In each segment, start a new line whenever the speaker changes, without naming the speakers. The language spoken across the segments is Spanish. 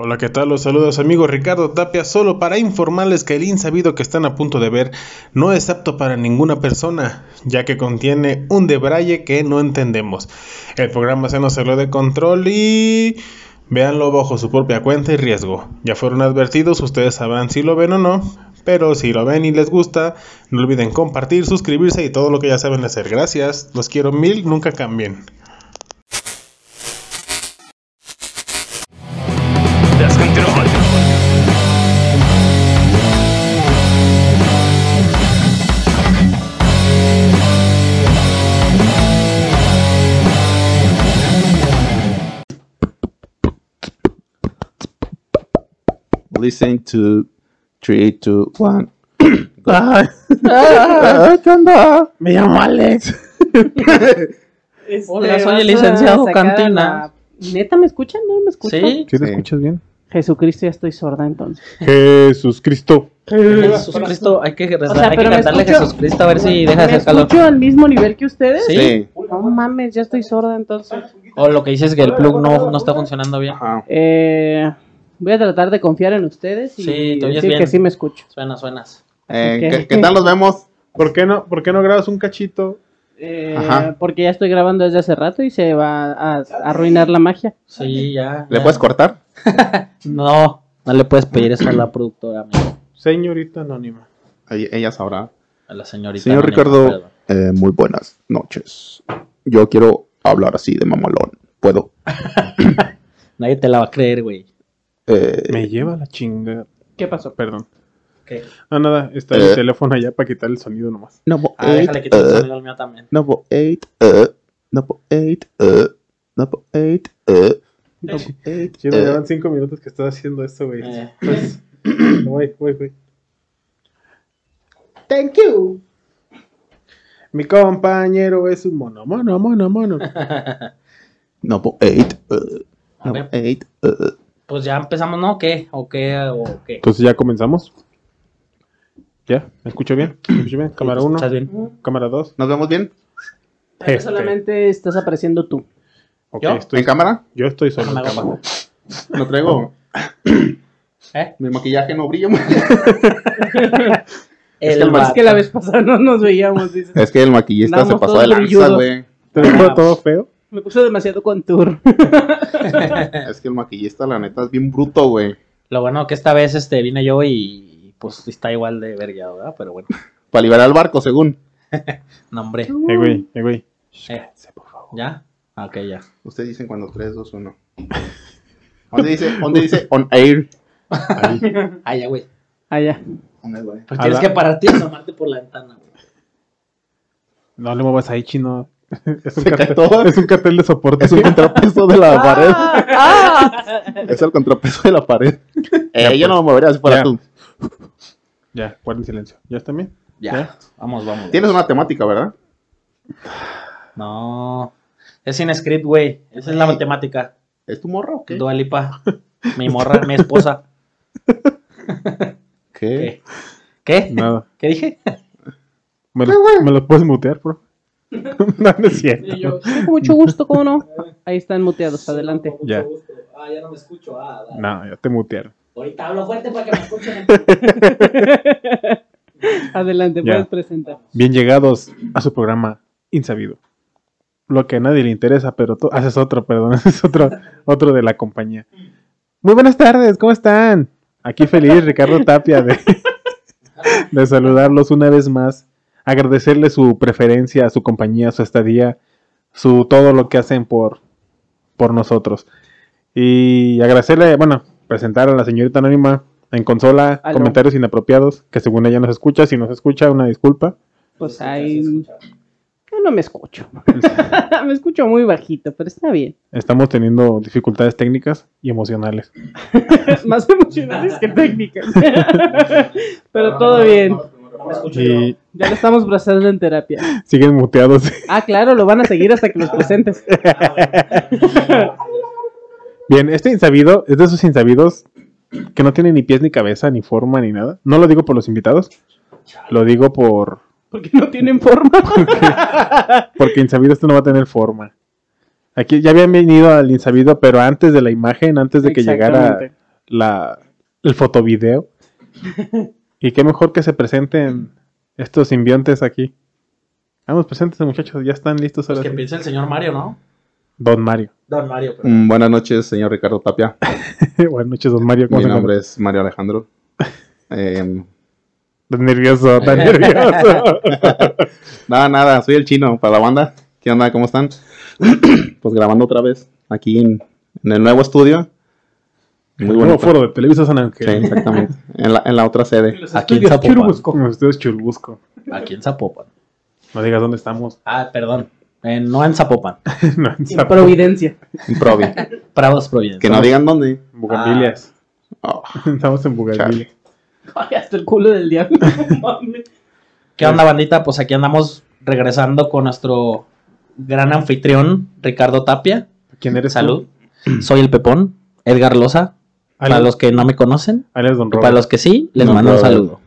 Hola, ¿qué tal? Los saludos amigo Ricardo Tapia, solo para informarles que el insabido que están a punto de ver no es apto para ninguna persona, ya que contiene un debraye que no entendemos. El programa se nos salió de control y... Véanlo bajo su propia cuenta y riesgo. Ya fueron advertidos, ustedes sabrán si lo ven o no, pero si lo ven y les gusta, no olviden compartir, suscribirse y todo lo que ya saben hacer. Gracias, los quiero mil, nunca cambien.
Descontrol.
Listen to three, two, one.
Me llamo Alex.
Este,
Hola, soy el licenciado Cantina.
¿Neta me escuchan? ¿No me escuchan?
¿Sí?
te Sí. escuchas
bien?
Jesucristo, ya estoy sorda entonces.
Jesús Cristo.
Jesucristo, hay que rezar,
O sea,
hay que
pero me
cantarle a
escucho.
Jesucristo a ver si deja
¿Me
de hacer calor.
escucho al mismo nivel que ustedes?
Sí.
Sí.
No mames, ya estoy sorda entonces.
O lo que dices es que el plug no, no está funcionando bien.
Ajá.
Eh, voy a tratar de confiar en ustedes y
Sí, te oyes
decir
bien.
que sí me escucho.
Suena, suenas.
Eh,
Ok.
¿qué, qué tal nos vemos?
¿Por qué no, por qué no grabas un cachito?
Eh,
Ajá.
porque ya estoy grabando desde hace rato y se va a arruinar la magia.
Sí, ya.
¿Le
ya.
puedes cortar?
No, no le puedes pedir eso a la productora, amigo.
Señorita anónima.
Ella ella sabrá.
A la señorita.
Señor
Anónima,
Ricardo,
perdón.
eh, muy buenas noches. Yo quiero hablar así de mamalón. ¿Puedo?
Nadie te la va a creer, güey.
Eh,
Me lleva la chinga.
¿Qué pasó?
Perdón.
¿Qué?
No, nada, está
Eh.
el teléfono allá para quitar el sonido nomás.
number
Ah, déjale
eight,
quitar el
eh,
sonido al mío también.
number eight, eh, number eight, eh, number eight, eh, number eight,
Sí, me
eh.
llevan cinco minutos que estás haciendo esto, güey.
Eh,
Pues, voy, voy, voy.
Thank you.
Mi compañero es un mono, mono, mono, mono.
number eight, eh,
a
number
ver,
eight, eh.
pues ya empezamos, ¿no? ¿Qué? ¿O qué? ¿O qué?
Entonces ya comenzamos. ¿Ya? ¿Me escucho bien? ¿Me escucho bien? Cámara uno,
pues, ¿Estás bien?
cámara dos.
¿Nos vemos bien?
Este.
Solamente estás apareciendo tú.
Ok,
¿Yo?
Estoy,
¿En cámara?
yo estoy solo.
Déjame
en cámara.
abajo.
No traigo.
¿Eh?
Mi maquillaje no brilla.
El
que el
vato.
Es que la vez pasada no nos veíamos, dices.
Es que el maquillista se
Andamos
pasó
todos
de lanza,
brilludos.
güey.
¿Te dejo todo feo?
Me puse demasiado contour.
Es que el maquillista, la neta, es bien bruto, güey.
Lo bueno que esta vez este, vine yo y pues está igual de vergueado, ¿verdad? Pero bueno,
Para liberar al barco, según.
no, hombre.
Eh,
Mm.
güey, eh, güey.
Eh, ¿Ya? Ah, Ok, ya.
Ustedes dicen cuando 3, 2, 1. ¿Dónde dice, ¿Dónde dice on air?
Ah, ya, güey.
Allá.
On air, güey.
Pues
A
tienes
la-
que pararte y asomarte por la ventana, güey.
No le muevas ahí, chino. Es un,
Se cae
cartel,
todo.
es un cartel de soporte.
Es un contrapeso de la pared.
Ah,
Es el contrapeso de la pared. Eh, yo
pues.
no me movería si fuera
Ya.
tú.
Ya, guarden silencio. ¿Ya está bien?
Ya.
¿Ya?
Vamos, vamos.
Tienes una temática, ¿verdad?
No. Es sin script, güey. Esa es la matemática.
¿Es tu morra o qué?
Dualipa. Mi morra, mi esposa.
¿Qué?
¿Qué? ¿Qué?
Nada.
¿Qué dije?
¿Me los, me los puedes mutear, bro? no, no es cierto.
con mucho gusto, ¿cómo no? Ahí están muteados, adelante.
Ya.
Ah, ya no me escucho. Ah,
No, ya te mutearon.
Ahorita hablo fuerte para que me escuchen.
Adelante,
Ya.
puedes presentar.
Bien llegados a su programa Insabido. Lo que a nadie le interesa, pero tú haces otro, perdón, haces otro, otro de la compañía. Muy buenas tardes, ¿cómo están? Aquí feliz Ricardo Tapia de, de saludarlos una vez más, agradecerles su preferencia, su compañía, su estadía, su todo lo que hacen por, por nosotros. Y agradecerle, bueno, presentar a la señorita anónima en consola,
Aló.
comentarios inapropiados, que según ella nos escucha, si nos escucha, una disculpa.
Pues ahí. Yo no me escucho. me escucho muy bajito, pero está bien.
Estamos teniendo dificultades técnicas y emocionales.
Más emocionales que técnicas. pero todo bien.
No me escucho.
Y
Ya lo estamos brazando en terapia.
siguen muteados.
Ah, claro, lo van a seguir hasta que los presentes.
Bien, este insabido es de esos insabidos que no tiene ni pies ni cabeza, ni forma, ni nada. No lo digo por los invitados, lo digo por...
Porque no tienen forma.
Porque insabido este no va a tener forma. Aquí ya habían venido al insabido, pero antes de la imagen, antes de que llegara
Exactamente.
la, el fotovideo. y qué mejor que se presenten estos simbiontes aquí. Vamos, presentes muchachos, ya están listos
Pues
ahora
que
sí.
piensa el señor Mario, ¿no?
Don Mario.
Don Mario, pero.
Mm, Buenas noches, señor Ricardo Tapia.
Buenas noches, Don Mario. ¿cómo
Mi
se encuentra?
nombre es Mario Alejandro. Em,
Tan nervioso, tan nervioso.
nada, nada, soy el chino para la banda. ¿Qué onda? ¿Cómo están? pues grabando otra vez aquí en, en el nuevo estudio. Muy
Nuevo
bonito.
foro de Televisa San
Sí,
Ángel.
exactamente. En la, en la otra sede.
Los
Aquí en
estudios
Zapopan.
Churubusco.
Como ustedes, Churubusco.
Aquí en Zapopan.
No digas dónde estamos.
Ah, perdón. Eh, no en Zapopan.
no, en
En
Zap-
Providencia.
En Provi.
Bravos Providencia.
Que no digan dónde.
Bugambilias.
Oh,
Estamos en Bugambilias.
Ay, hasta el culo del diablo. no mames.
¿Qué onda, bandita? Pues aquí andamos regresando con nuestro gran anfitrión, Ricardo Tapia.
¿Quién eres? tú?
Salud. Soy el Pepón, Edgar Loza. Para
Alex-
los que no me conocen.
Alex Don
Y para
Robert.
los que sí, les
No,
mando un
Robert.
saludo.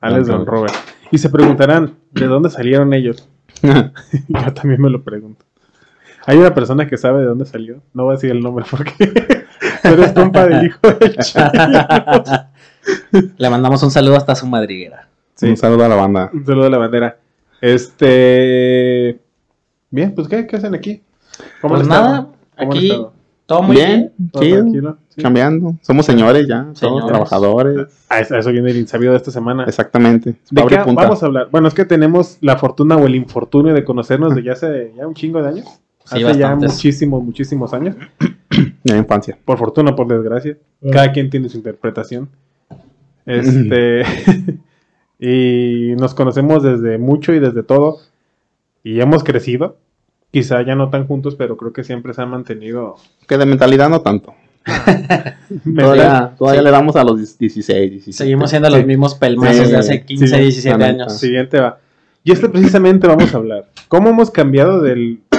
Alex Don Robert. Y se preguntarán, ¿de dónde salieron ellos? Yo también me lo pregunto. Hay una persona que sabe de dónde salió. No voy a decir el nombre porque pero es compa del hijo del chino.
Le mandamos un saludo hasta su madriguera.
Sí.
Un saludo a la banda.
Un saludo a la bandera. Este. Bien, pues, ¿qué, ¿Qué hacen aquí? ¿Cómo
Pues
han estado?
nada,
¿Cómo han
aquí-
estado?
Todo muy bien.
Bien,
Oh, ¿Todo
sí,
tranquilo? Sí.
cambiando. Somos señores ya,
Señores.
todos trabajadores.
A eso a eso viene el insabido de esta semana.
Exactamente.
¿De
Pablo
qué
Punta.
vamos a hablar? Bueno, es que tenemos la fortuna o el infortunio de conocernos desde ya hace ya un chingo de años.
Ah. Sí,
hace ya
bastantes.
muchísimos, muchísimos años.
De la infancia.
Por fortuna, por desgracia. Cada quien tiene su interpretación. Este. y nos conocemos desde mucho y desde todo. Y hemos crecido. Quizá ya no tan juntos, pero creo que siempre se han mantenido.
Que de mentalidad no tanto. Todavía, todavía le damos a los 16, 17.
Seguimos siendo los mismos pelmazos
Sí,
de hace 15,
sí,
17
la neta.
años.
Siguiente va. Y este precisamente vamos a hablar. ¿Cómo hemos cambiado del.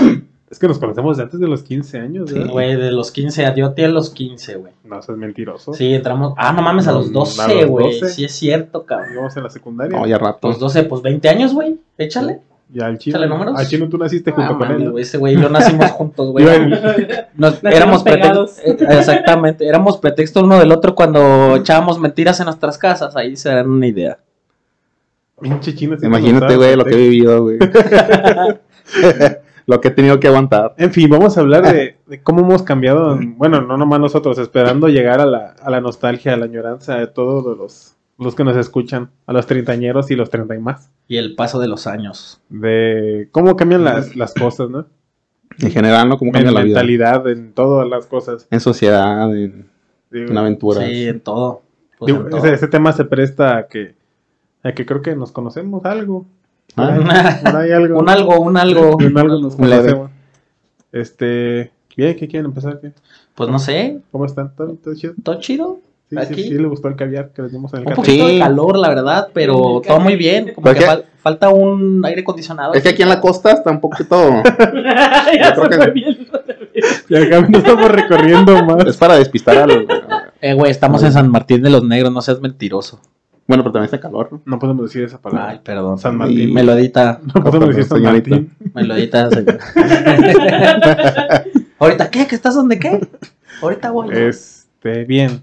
Es que nos conocemos de antes de los 15 años, ¿verdad?
Güey, de los 15, a- yo te a los 15, güey.
No, eso es mentiroso.
Sí, entramos. Ah, no mames, a los
No, a los
12, güey.
12.
Sí, es cierto, cabrón.
Íbamos en la secundaria.
Oh,
No, ya rato.
Los 12, pues 20 años, güey. Échale.
y al chino.
Échale números.
Al chino tú naciste
Ah,
junto con
mames,
él. ¿no?
güey, Ese güey y yo nacimos juntos, güey.
Iba en-
Nos-
Nacimos
éramos
pegados.
pretextos. Exactamente. Éramos pretexto uno del otro cuando echábamos mentiras en nuestras casas. Ahí se dan una idea.
Pinche chino. sí
Imagínate,
nos
güey, lo
usaba
que he vivido, güey. lo que he tenido que aguantar.
En fin, vamos a hablar de,
Ah.
de cómo hemos cambiado, en- bueno, no nomás nosotros, esperando llegar a la, a la nostalgia, a la añoranza de todos los, los que nos escuchan, a los treintañeros y los treinta y más,
Y el paso de los años.
de cómo cambian las, las cosas, ¿no?
En general, ¿no? Como cambia
en
la vida.
mentalidad, en todas las cosas.
En sociedad, en,
Digo,
en aventuras.
Sí, en todo. Pues,
digo,
en todo.
ese, ese tema se presta a que, a que creo que nos conocemos algo. Por ahí-
Ah.
por ahí algo.
Un algo, un algo.
En algo nos
Un leve.
conocemos. Este, bien, ¿qué quieren empezar? ¿Qué?
Pues no sé,
¿Cómo están? ¿Todo, todo chido?
todo chido.
Sí, sí,
Aquí.
sí, le gustó el caviar que les dimos en el
Un
café.
poquito
Sí.
de calor, la verdad, pero todo muy bien. Como
Pues
que
que-
fal- falta un aire acondicionado.
Es que aquí en la costa está un poquito.
ya
creo
se
que-
fue bien.
Y al camino estamos recorriendo más.
es para despistar al.
Eh, güey, estamos en San Martín de los Negros, no seas mentiroso.
Bueno, pero también está calor. ¿no?
No podemos decir esa
Ay,
palabra.
perdón.
San Martín.
Melodita,
No podemos decir San
Señorita.
Martín.
melodita. señor. Ahorita, ¿qué? ¿Que estás donde qué? Ahorita voy.
Este, bien.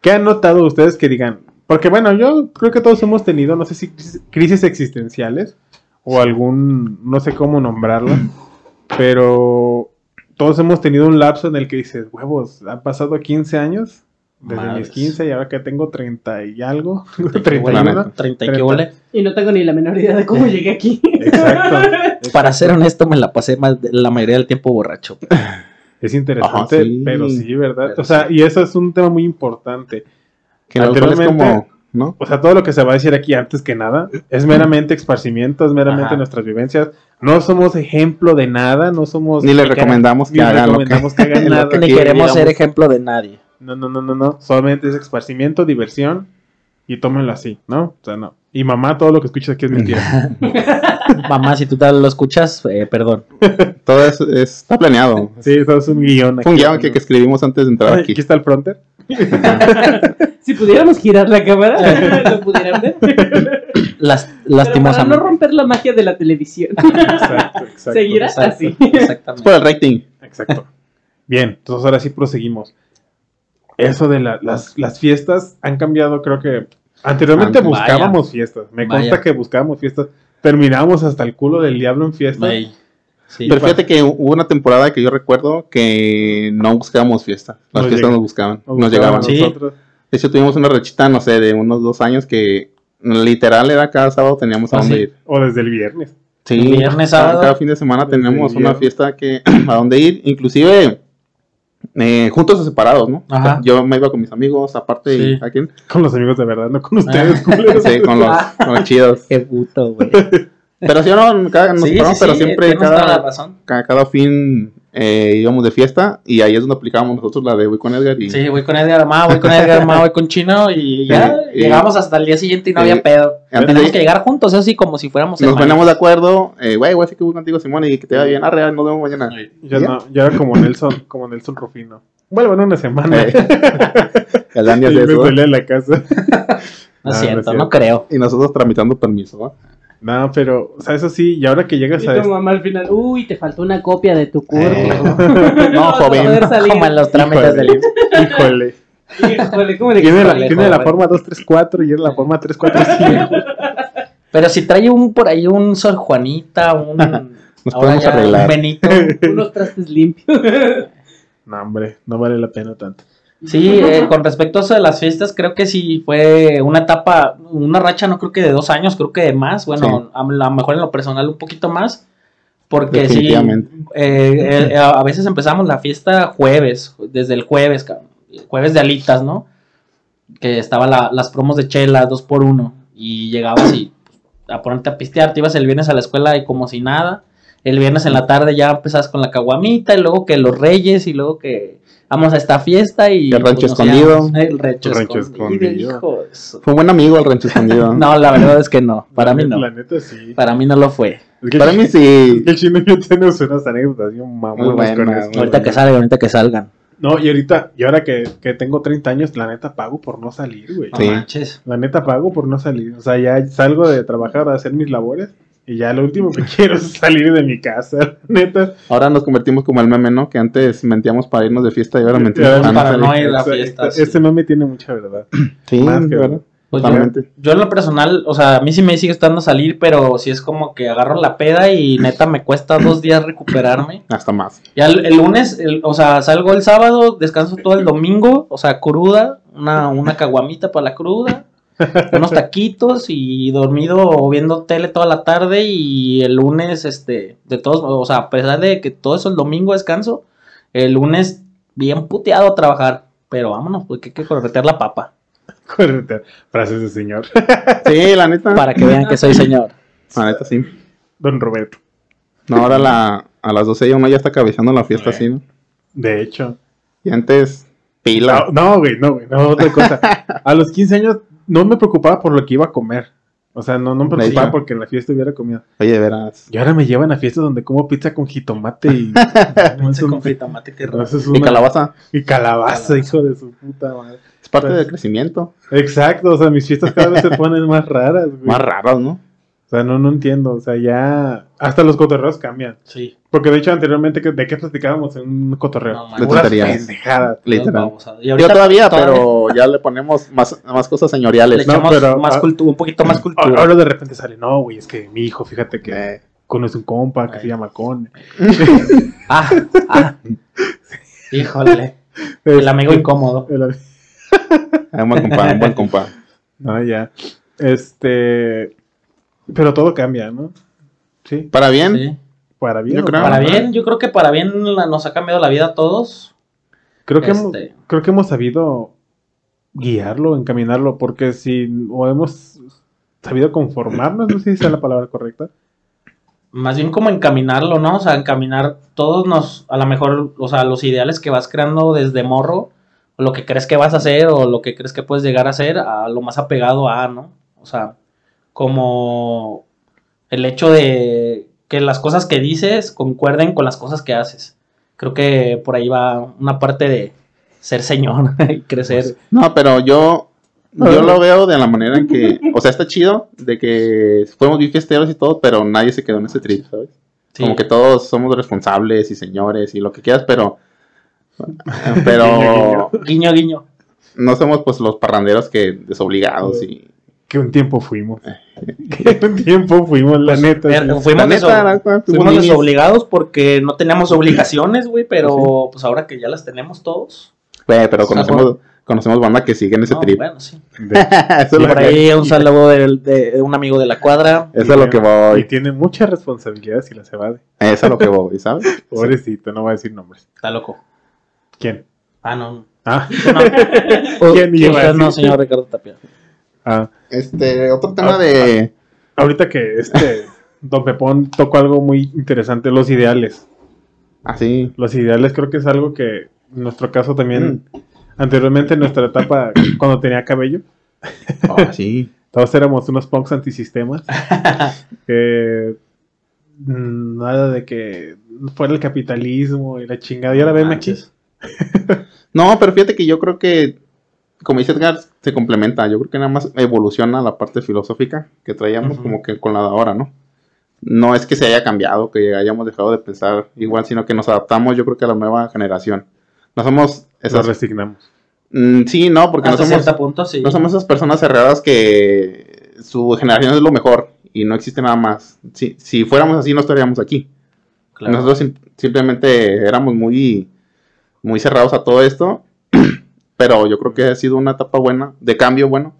¿Qué han notado ustedes que digan? Porque bueno, yo creo que todos hemos tenido, no sé si crisis- crisis existenciales o algún, no sé cómo nombrarlo, pero todos hemos tenido un lapso en el que dices, huevos, han pasado 15 años, desde
Madres.
mis 15 y ahora que tengo 30 y algo,
Güey, 30
31.
y
Treinta.
qué ole.
Y no tengo ni la menor idea de cómo llegué aquí.
Exacto.
Para ser honesto, me la pasé más de- la mayoría del tiempo borracho.
Es interesante,
Ajá, sí.
pero sí, ¿verdad?
Pero
o sea,
sí.
y eso es un tema muy importante.
Que el alcohol es como.
Anteriormente-
¿No?
O sea, todo lo que se va a decir aquí antes que nada es meramente esparcimiento, es meramente
Ajá.
nuestras vivencias. No somos ejemplo de nada, no somos...
Ni les
que
recomendamos
hagan- ni
que hagan lo que-
recomendamos que hagan
lo
nada.
que
Ni
Aquí
queremos
digamos-
ser ejemplo de nadie.
No, no, no, no, no. Solamente es esparcimiento, diversión y tómenlo así, ¿no? O sea, no. Y mamá, todo lo que escuchas aquí es mentira.
Mamá, si tú tal lo escuchas, eh, perdón.
Todo es, es- está planeado.
sí, todo es un guión
Fue
aquí.
un guión que, que escribimos antes de entrar
Aquí
aquí.
está el fronter.
Si pudiéramos girar la cámara, lo pudieran ver.
Las,
Pero para no
lastimosamente.
romper la magia de la televisión.
Exacto, exacto.
Seguirá
Exacto,
así.
Es
Exactamente.
por el rating.
Exacto. Bien, entonces ahora sí proseguimos. eso de la- las, las fiestas han cambiado, creo que anteriormente
Ah,
buscábamos fiestas, me consta
Vaya.
que buscábamos fiestas, terminábamos hasta el culo del diablo en fiestas.
Güey,
Pues,
sí.
Pero fíjate que hubo una temporada que yo recuerdo que no buscábamos fiesta. Las
Nos
fiestas
llega-
nos buscaban,
O
nos llegaban.
buscaban a
Sí.
nosotros.
De hecho, tuvimos una rechita, no sé, de unos dos años que literal era cada sábado teníamos a
Ah,
dónde
sí.
ir.
O desde el viernes.
Sí,
Viernes,
cada-
sábado.
Cada fin de semana
Desde
teníamos
viernes.
una fiesta que a dónde ir, inclusive eh, juntos o separados, ¿no? O sea,
Ajá.
yo me iba con mis amigos, aparte,
Sí.
¿a quién?
Con los amigos de verdad, no con ustedes, culeros.
Sí, este, con los, con los chidos.
Qué puto, güey.
Pero sí, no, cada, nos
Sí,
separamos,
sí,
pero
sí,
siempre
tienes toda la
cada,
razón.
ca- cada fin eh, íbamos de fiesta y ahí es donde aplicábamos nosotros la de voy con Edgar y...
Sí, voy con Edgar Armada, voy con Edgar Armada, voy con Chino y ya
Sí, y-
llegamos hasta el día siguiente y no
Sí.
había pedo.
Antes
Tenemos
de-
que llegar juntos, así como si fuéramos
Nos
hermanos.
ponemos de acuerdo, eh, güey, güey, sí que voy contigo, Simón, y que te vaya bien, arre, nos vemos mañana.
Yo, no, yo era como Nelson, como Nelson Rufino. Vuelvo en una semana.
Eh, el Dani
y
hace
me
eso, ¿eh?
salí a la casa.
Ah, No
No, no
es
es
cierto,
cierto.
no creo.
Y nosotros tramitando permiso, ¿eh? ¿va?
No, pero, o sea, eso sí, y ahora que llegas a
Y tu
esto,
mamá al final, uy, te faltó una copia de tu
Eh,
curso.
no, joven.
Como en los trámites del IMSS.
híjole.
Híjole, ¿cómo le
Tiene la,
híjole,
tiene la
joven?
forma 234 y es la forma 345.
Pero si trae un por ahí un Sor Juanita, un,
Nos
ahora
podemos
ya, un
arreglar.
Benito.
Unos trastes limpios.
No, hombre, no vale la pena tanto.
Sí, eh, con respecto a eso de las fiestas, creo que sí fue una etapa, una racha no creo que de dos años, creo que de más, bueno, a lo mejor en lo personal un poquito más, porque sí, eh,
Definitivamente.
eh, a a veces empezamos la fiesta jueves, desde el jueves, cabrón, jueves de alitas, ¿no? Que estaban las promos de chelas, dos por uno, y llegabas y pues, a ponerte a pistear, te ibas el viernes a la escuela y como si nada, el viernes en la tarde ya empezabas con la caguamita, y luego que los reyes, y luego que vamos a esta fiesta y...
El rancho
nos
escondido.
íbamos, El rancho,
El rancho
escondido.
escondido.
hijo de su-
Fue un buen amigo el rancho escondido.
No, la verdad es que no, para mí no,
La neta sí.
para mí no lo fue.
Es que-
Para mí sí.
es que el chino y yo tenemos unas anécdotas bien mamonas
Muy
con
buenas,
eso.
muy
Ahorita que salgan, ahorita que salgan.
No, y ahorita, y ahora que, que tengo 30 años, la neta pago por no salir, güey.
No
Sí.
manches.
La neta pago por no salir. O sea, ya salgo de trabajar a hacer mis labores y ya lo último que quiero es salir de mi casa. Neta.
Ahora nos convertimos como el meme, ¿no? Que antes mentíamos para irnos de fiesta y ahora mentimos para
Ahora
no
para no
salir.
ir a
Ese-
fiestas,
ese-
sí.
Ese meme tiene mucha verdad.
Sí,
Más que-
¿verdad?
Pues yo-
Totalmente.
Yo en lo personal, o sea, a mí sí me sigue estando salir, pero sí es como que agarro la peda y neta me cuesta dos días recuperarme.
Hasta más.
Ya el, el lunes, el- o sea, salgo el sábado, descanso todo el domingo, o sea, cruda, una, una caguamita para la cruda, unos taquitos y dormido o viendo tele toda la tarde y el lunes, este, de todos, o sea, a pesar de que todo eso el domingo descanso, el lunes bien puteado a trabajar, pero vámonos, porque hay que corretear la papa,
Correcto. Frases de señor.
Sí, la neta.
para que vean que soy señor.
La neta sí.
Don Roberto.
No, ahora la, a las 12 ya uno ya está cabeceando la fiesta así, ¿no?
De hecho.
Y antes, pila.
No, Ah, no, güey, no, güey, no, otra cosa. A los 15 años no me preocupaba por lo que iba a comer. O sea, no, no me preocupaba
Neta.
porque en la fiesta hubiera comido.
Oye, verás.
Y ahora me llevan a fiestas donde como pizza con jitomate y.
Pinche con jitomate, qué
No,
rico.
eso es
Y
una-
calabaza.
y calabaza, hijo de su puta madre.
Es parte
Pues-
del crecimiento.
Exacto, o sea, mis fiestas cada vez se ponen más raras, güey.
Más raras, ¿no?
O sea, no, no entiendo, o sea, ya hasta los cotorreos cambian.
Sí,
Porque de hecho anteriormente, ¿qué- ¿de qué platicábamos en un cotorreo?
No, man.
De
Puras
tonterías.
pendejadas.
no,
Literal.
vamos a- y
Yo
ahorita
todavía, pero ya le ponemos más, más cosas
Le
señoriales.
No,
echamos
pero-
más
ah,
cultu- un poquito más cultura.
Ahora de repente sale, no, güey, es que mi hijo, fíjate que
Eh,
conoce un compa que
Ay.
se llama Con.
Ah, ah. Híjole. El
Pues,
amigo incómodo.
Este, El-
un Ah, buen compa, un buen compa.
No, ah, ya. Este. Pero todo cambia, ¿no? Sí,
Para bien,
Sí.
para bien.
Yo
o
creo.
para-
Para
¿no?
bien, yo creo que para bien la- nos ha cambiado la vida a todos.
Creo que, hemos,
Este.
creo que hemos sabido guiarlo, encaminarlo, porque si. O hemos sabido conformarnos, no sé si esa es la palabra correcta.
Más bien como encaminarlo, ¿no? O sea, encaminar todos nos, a lo mejor, o sea, los ideales que vas creando desde morro, o lo que crees que vas a hacer, o lo que crees que puedes llegar a ser, a lo más apegado a, ¿no? O sea, como el hecho de que las cosas que dices concuerden con las cosas que haces. Creo que por ahí va una parte de ser señor y crecer.
No, pero yo,
Ah.
yo lo veo de la manera en que, o sea, está chido de que fuimos bien fiesteros y todo, pero nadie se quedó en ese trip, ¿sabes?
Sí.
Como que todos somos responsables y señores y lo que quieras, pero, pero,
Guiño,
Guiño,
guiño.
no somos pues los parranderos que desobligados y
Que un tiempo fuimos.
Eh.
que un tiempo fuimos, la neta.
Ver,
sí.
fuimos,
La neta,
deso-
la neta,
fuimos
ninis.
desobligados porque no teníamos obligaciones, güey, pero pues ahora que ya las tenemos todos.
Güey, pero
Ajá.
conocemos, conocemos banda que sigue en ese
no,
trip.
Bueno, sí.
De-
eso es
Por
lo que-
ahí un saludo del- de, un amigo de la cuadra.
eso es lo que
Y
voy.
tiene muchas responsabilidades y las evade.
Eso es lo que voy, ¿sabes?
Pobrecito, no voy a decir nombres.
Está loco.
¿Quién?
Ah, no.
Ah,
no.
¿Quién iba a
Usted no,
decir?
señor Ricardo Tapia.
ah,
Este, otro tema de.
ahorita que este Don Pepón tocó algo muy interesante, los ideales.
Así.
Los ideales creo que es algo que en nuestro caso también,
Mm.
anteriormente en nuestra etapa, cuando tenía cabello,
Así.
Todos éramos unos punks antisistemas. que mm, nada de que fuera el capitalismo y la chingada. Y ahora
Ah,
venme aquí.
Manches.
No, pero fíjate que yo creo que, como dice Edgar, se complementa. Yo creo que nada más evoluciona la parte filosófica que traíamos
Ujú.
como que con la de ahora, ¿no? No es que se haya cambiado, que hayamos dejado de pensar igual, sino que nos adaptamos, yo creo que a la nueva generación. No somos
Nos
esas.
resignamos.
Mm, sí, no, porque no
Hasta
somos.
cierto punto, sí.
No somos esas personas cerradas que su generación es lo mejor y no existe nada más. Si, si fuéramos así, no estaríamos aquí.
Claro.
Nosotros sim- simplemente éramos muy, muy cerrados a todo esto, pero yo creo que ha sido una etapa buena, de cambio bueno,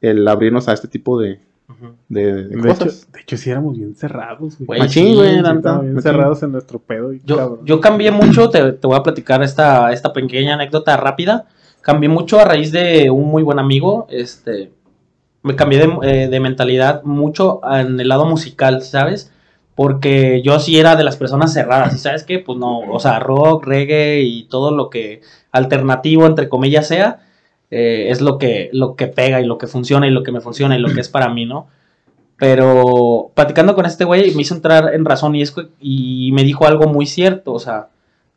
el abrirnos a este tipo de,
Ujú.
de- de
De hecho,
cosas.
de hecho, sí éramos bien cerrados.
Güey,
Machín,
Sí,
güey,
sí,
la neta,
estábamos bien
machín.
cerrados en nuestro pedo. Y,
Yo,
cabrón.
yo cambié mucho, te, te voy a platicar esta, esta pequeña anécdota rápida. Cambié mucho a raíz de un muy buen amigo. Este, me cambié de, eh, de mentalidad mucho en el lado musical, ¿sabes? Porque yo sí era de las personas cerradas, ¿y ¿sabes qué? Pues no, o sea, rock, reggae y todo lo que alternativo, entre comillas, sea, eh, es lo que, lo que pega y lo que funciona y lo que me funciona y lo que es para mí, ¿no? Pero platicando con este güey me hizo entrar en razón y, es, que- y me dijo algo muy cierto, o sea,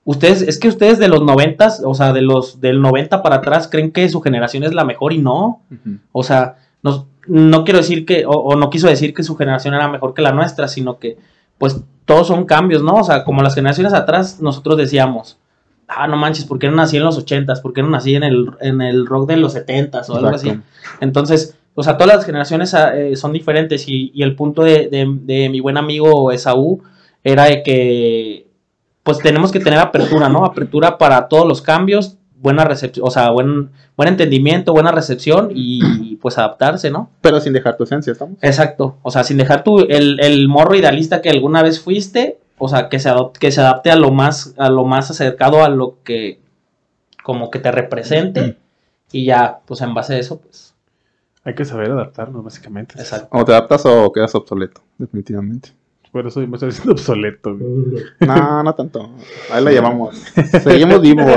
ustedes, es que ustedes de los noventas, o sea, de los del 90 para atrás creen que su generación es la mejor y no,
Ujú.
o sea, nos- no quiero decir que, o, o no quiso decir que su generación era mejor que la nuestra, sino que, pues, todos son cambios, ¿no? O sea, como las generaciones atrás, nosotros decíamos, ah, no manches, ¿por qué no nací en los 80s? ¿Por qué no nací en el, en el rock de los 70s o algo así?
Exacto.
Entonces, o sea, todas las generaciones ah, eh, son diferentes y, y el punto de, de- de mi buen amigo Esaú era de que, pues tenemos que tener apertura, ¿no? Apertura para todos los cambios, buena recepción, o sea, buen, buen entendimiento, buena recepción y, y, pues adaptarse, ¿no?
Pero sin dejar tu esencia, ¿estamos?
Exacto, o sea, sin dejar tu, el, el morro idealista que alguna vez fuiste, o sea, que se, adop- que se adapte a lo, más, a lo más acercado a lo que como que te represente y ya, pues en base a eso, pues,
Hay que saber adaptarnos, básicamente.
exacto.
O te adaptas o quedas obsoleto, definitivamente.
Por eso me estoy haciendo obsoleto. güey.
No, no tanto. Ahí la llevamos. Seguimos vivos.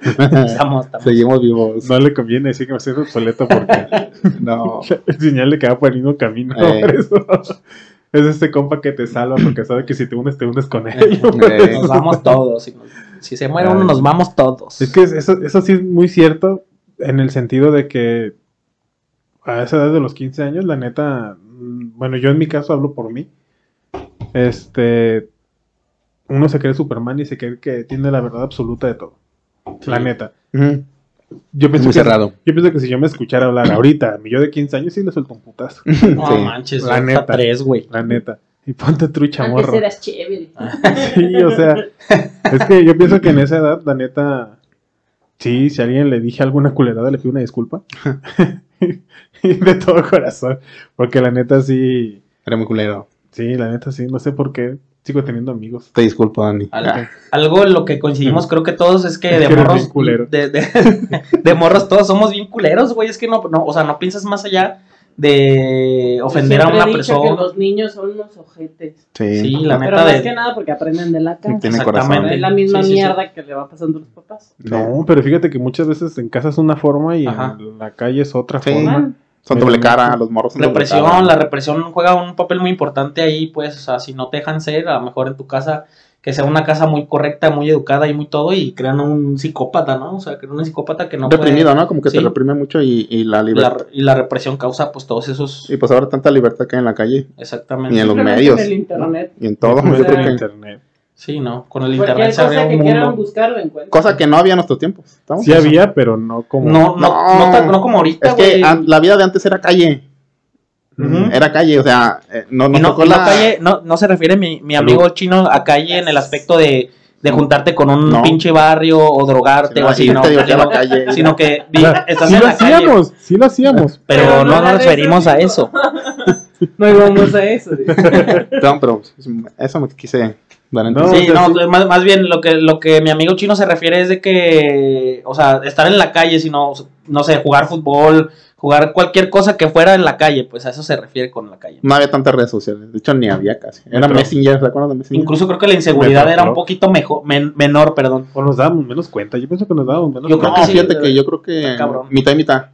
Estamos, estamos.
Seguimos vivos.
No le conviene decir que me estoy haciendo obsoleto porque
No.
el señal de que va por el mismo camino.
Eh.
por eso. Es este compa que te salva porque sabe que si te unes, te unes con él.
Eh,
Nos vamos todos. Si, nos- si se muere uno,
Ay.
nos vamos todos.
Es que eso, eso sí es muy cierto en el sentido de que a esa edad de los 15 años, la neta, mm, bueno, yo en mi caso hablo por mí, este, uno se cree Superman y se cree que tiene la verdad absoluta de todo, la neta.
ujú.
Yo pienso,
Muy
que,
cerrado.
yo pienso que si yo me escuchara hablar ahorita, a mi yo de 15 años sí le suelto un putazo,
no
Sí.
manches,
la
hasta
neta.
tres, güey.
la neta. Y ponte trucha,
Antes
morro.
eras chévere.
Sí, o sea, es que yo pienso que en esa edad, la neta, sí, si a alguien le dije alguna culerada, le pido una disculpa. de todo corazón. Porque la neta, sí,
Era muy culero.
sí, la neta, sí, no sé por qué sigo teniendo amigos.
Te disculpo, Dani.
Al- Algo en lo que coincidimos, creo que todos, es que
Ah. Mm. Es
de
que eres
morros.
bien culero.
De, de- de morros, todos somos bien culeros, güey. Es que no, no, o sea, no piensas más allá de ofender a
Siempre
una
he dicho que
persona.
los niños son unos ojetes.
Sí,
Sí.
la
Pero
neta
más
de.
que nada porque aprenden de la casa.
Tiene
Exactamente.
corazón.
Es la misma
Sí, sí, sí.
mierda que le va pasando a los papás.
No, pero fíjate que muchas veces en casa es una forma y
Ajá.
en la calle es otra
Sí.
forma.
Normal.
Son doble cara, los morros son doble cara.
Represión, la represión juega un papel muy importante ahí, pues, o sea, si no te dejan ser, a lo mejor en tu casa, que sea una casa muy correcta, muy educada y muy todo, y crean un psicópata, ¿no? O sea, crean un psicópata que no puede-
Reprimido, ¿no? Como que
Sí.
te reprime mucho y, y la libertad.
la- y la represión causa, pues, todos esos...
Y pues ahora tanta libertad que hay en la calle
Exactamente.
y en los
Simplemente
medios
En el internet.
y en todo.
Simplemente
yo creo
en
que-
internet.
Sí, ¿no? Con el internet
Cualquier
se abrió
cosa que
un
quieran
mundo.
buscar lo encuentran.
Cosa que no había en nuestros tiempos. ¿estamos?
Sí había, pero no como.
No, no, no,
No.
tan- no como ahorita,
Es que
güey.
an- la vida de antes era calle.
Ujú.
Era calle, o sea, eh, no,
Y
nos
no,
tocó
y no
la-
calle- no- no se refiere mi, mi
Salud.
amigo chino a calle en el aspecto de, de juntarte con un
No.
pinche barrio o drogarte
Sí,
o
no,
así,
irte
no,
de voltear a
sino,
la calle.
sino que
O
vi-
sea,
estás
sí
en
lo
la calle,
hacíamos, sí lo hacíamos.
pero,
Pero
no
no la
nos
ves,
referimos a
amigo.
eso.
No íbamos a eso.
Perdón, pero eso me quise dar a
No,
entender.
Sí,
o sea,
no, pues,
sí.
más, más bien lo que, lo que mi amigo chino se refiere es de que, o sea, estar en la calle, sino, no sé, jugar fútbol, jugar cualquier cosa que fuera en la calle, pues a eso se refiere con la calle.
No había tantas redes sociales. De hecho, ni había casi. Era
Metro.
Messenger, ¿se acuerdan de Messenger?
Incluso creo que la inseguridad
Metro,
era un
¿no?
poquito mejor, men- menor, perdón.
O nos dábamos menos cuenta. Yo pienso que nos dábamos menos
Yo creo
cuenta.
no,
que sí,
fíjate
de-
que yo creo que
está cabrón.
mitad y mitad.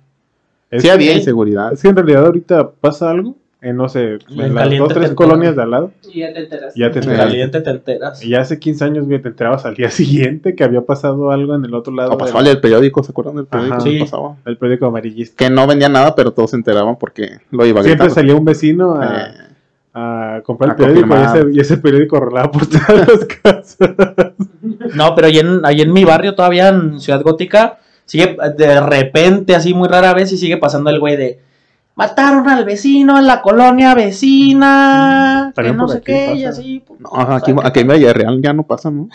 Es
sí
que-
había inseguridad.
Es que en realidad ahorita pasa algo en, no sé,
En
en las
caliente
dos,
te
tres
enteras.
colonias de al lado.
Y ya te enteraste.
Ya te
Sí.
enteras.
Caliente te enteras.
Y hace 15 años, güey, te enterabas al día siguiente que había pasado algo en el otro
O
lado del,
pasaba el del periódico, ¿se acuerdan del periódico?
Ajá.
que
Sí.
pasaba?
del periódico amarillista.
Que no vendía nada, pero todos se enteraban porque lo iba a
Siempre
gritar.
salía un vecino a,
Eh,
a comprar el
A
periódico y
confirmar.
ese, y ese periódico rolaba por todas las casas.
No, pero allí en, ahí en mi barrio, todavía en Ciudad Gótica, sigue de repente, así muy rara vez, y sigue pasando el güey de. Mataron al vecino en la colonia vecina. Que
También
no
por
sé
aquí
qué, y
pasa.
así.
no, aquí, aquí en Villarreal ya no pasa, ¿no?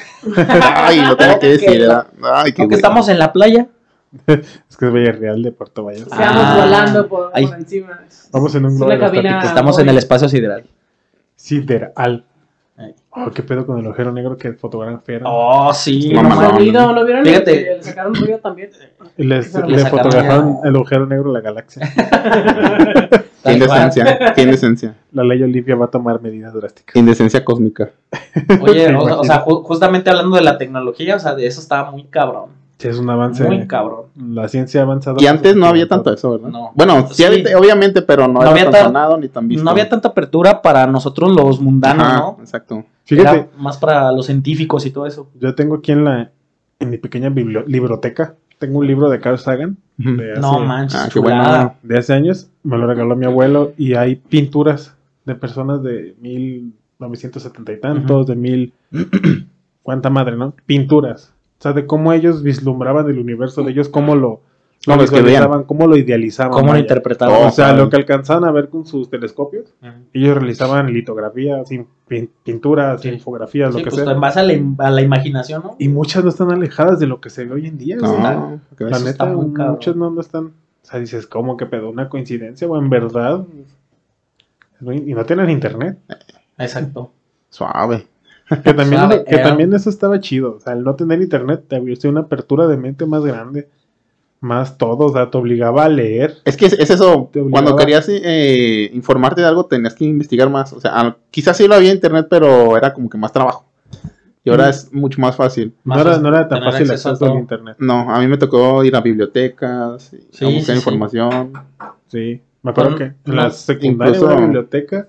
Ay, lo tenía que decir. era- Ay, qué güey.
Aunque estamos en la playa.
Es que es Villarreal de Puerto Vallarta.
Seamos
Ah.
volando por, por
Ahí.
encima.
Vamos en un
Es
globo
una cabina-
aerostático.
Estamos en
voy.
el espacio sideral.
Sideral.
Ay.
Oh, ¿Qué pedo con el ojero negro que fotografiaron?
Oh, sí.
No,
No,
no
mamá,
mames.
no,
no, ruido, ¿no vieron? Eh,
Fíjate.
Le, le sacaron ruido también.
Y les,
Le
le
sacaron
fotografaron
ya.
el agujero negro de la galaxia.
Qué
Tal cual.
indecencia, qué indecencia.
La ley Olimpia va a tomar medidas drásticas.
Indecencia cósmica.
Oye,
Me
o, sea, o sea,
imagino.
ju- justamente hablando de la tecnología, o sea, de eso estaba muy cabrón.
Sí, es un avance.
Muy cabrón.
La ciencia avanzada.
Y antes no había tanto eso, ¿verdad?
No.
Bueno, sí,
Sí.
había- obviamente, pero no,
No
era
había
tan
tan-
sonado ni tan visto.
No había tanta apertura para nosotros los mundanos,
Ajá,
¿no?
Exacto.
Fíjate,
Era más para los científicos y todo eso.
yo tengo aquí en la en mi pequeña biblio- libroteca, tengo un libro de Carl Sagan de hace,
No manches,
Ah, qué
chulada.
bueno.
de hace años, me lo regaló mi abuelo y hay pinturas de personas de 1970 y tantos, de mil cuánta madre, ¿no? Pinturas. O sea, de cómo ellos vislumbraban el universo, de ellos cómo lo, lo
No, pues, que veían.
visualizaban, cómo lo idealizaban.
¿Cómo lo
vaya.
interpretaron?
Oh,
o sea,
claro.
lo que alcanzaban a ver con sus telescopios, ellos realizaban litografías, sin- pin- pinturas,
Sí.
infografías,
Sí,
lo que
pues,
sea.
en base a la, im- a la imaginación, ¿no?
Y muchas no están alejadas de lo que se ve hoy en día. güey.
No, ¿qué
La
ves?
neta,
Ah, está muy cabrón.
muchas no, no están. O sea, dices, ¿cómo que pedo? ¿Una coincidencia? O en verdad. No, Y y no tienen internet.
Exacto.
Suave.
Que también,
Suave,
que
eh.
también eso estaba chido. O sea, el no tener internet te abrió una apertura de mente más grande. Más todo. O sea, te obligaba a leer.
Es que es, es eso,
Te obligaba.
cuando querías eh, informarte de algo tenías que investigar más. O sea, al- quizás sí lo había en internet, pero era como que más trabajo. Y ahora
Mm.
es mucho más fácil.
No
Más
era,
es-
no era tan
tener
fácil
acceso a
acceso al
todo.
internet.
No, a mí me tocó ir a bibliotecas, y
Sí,
a buscar
sí, sí.
información.
Sí. Me acuerdo
Con-
que en
no,
la secundaria
incluso-
una biblioteca.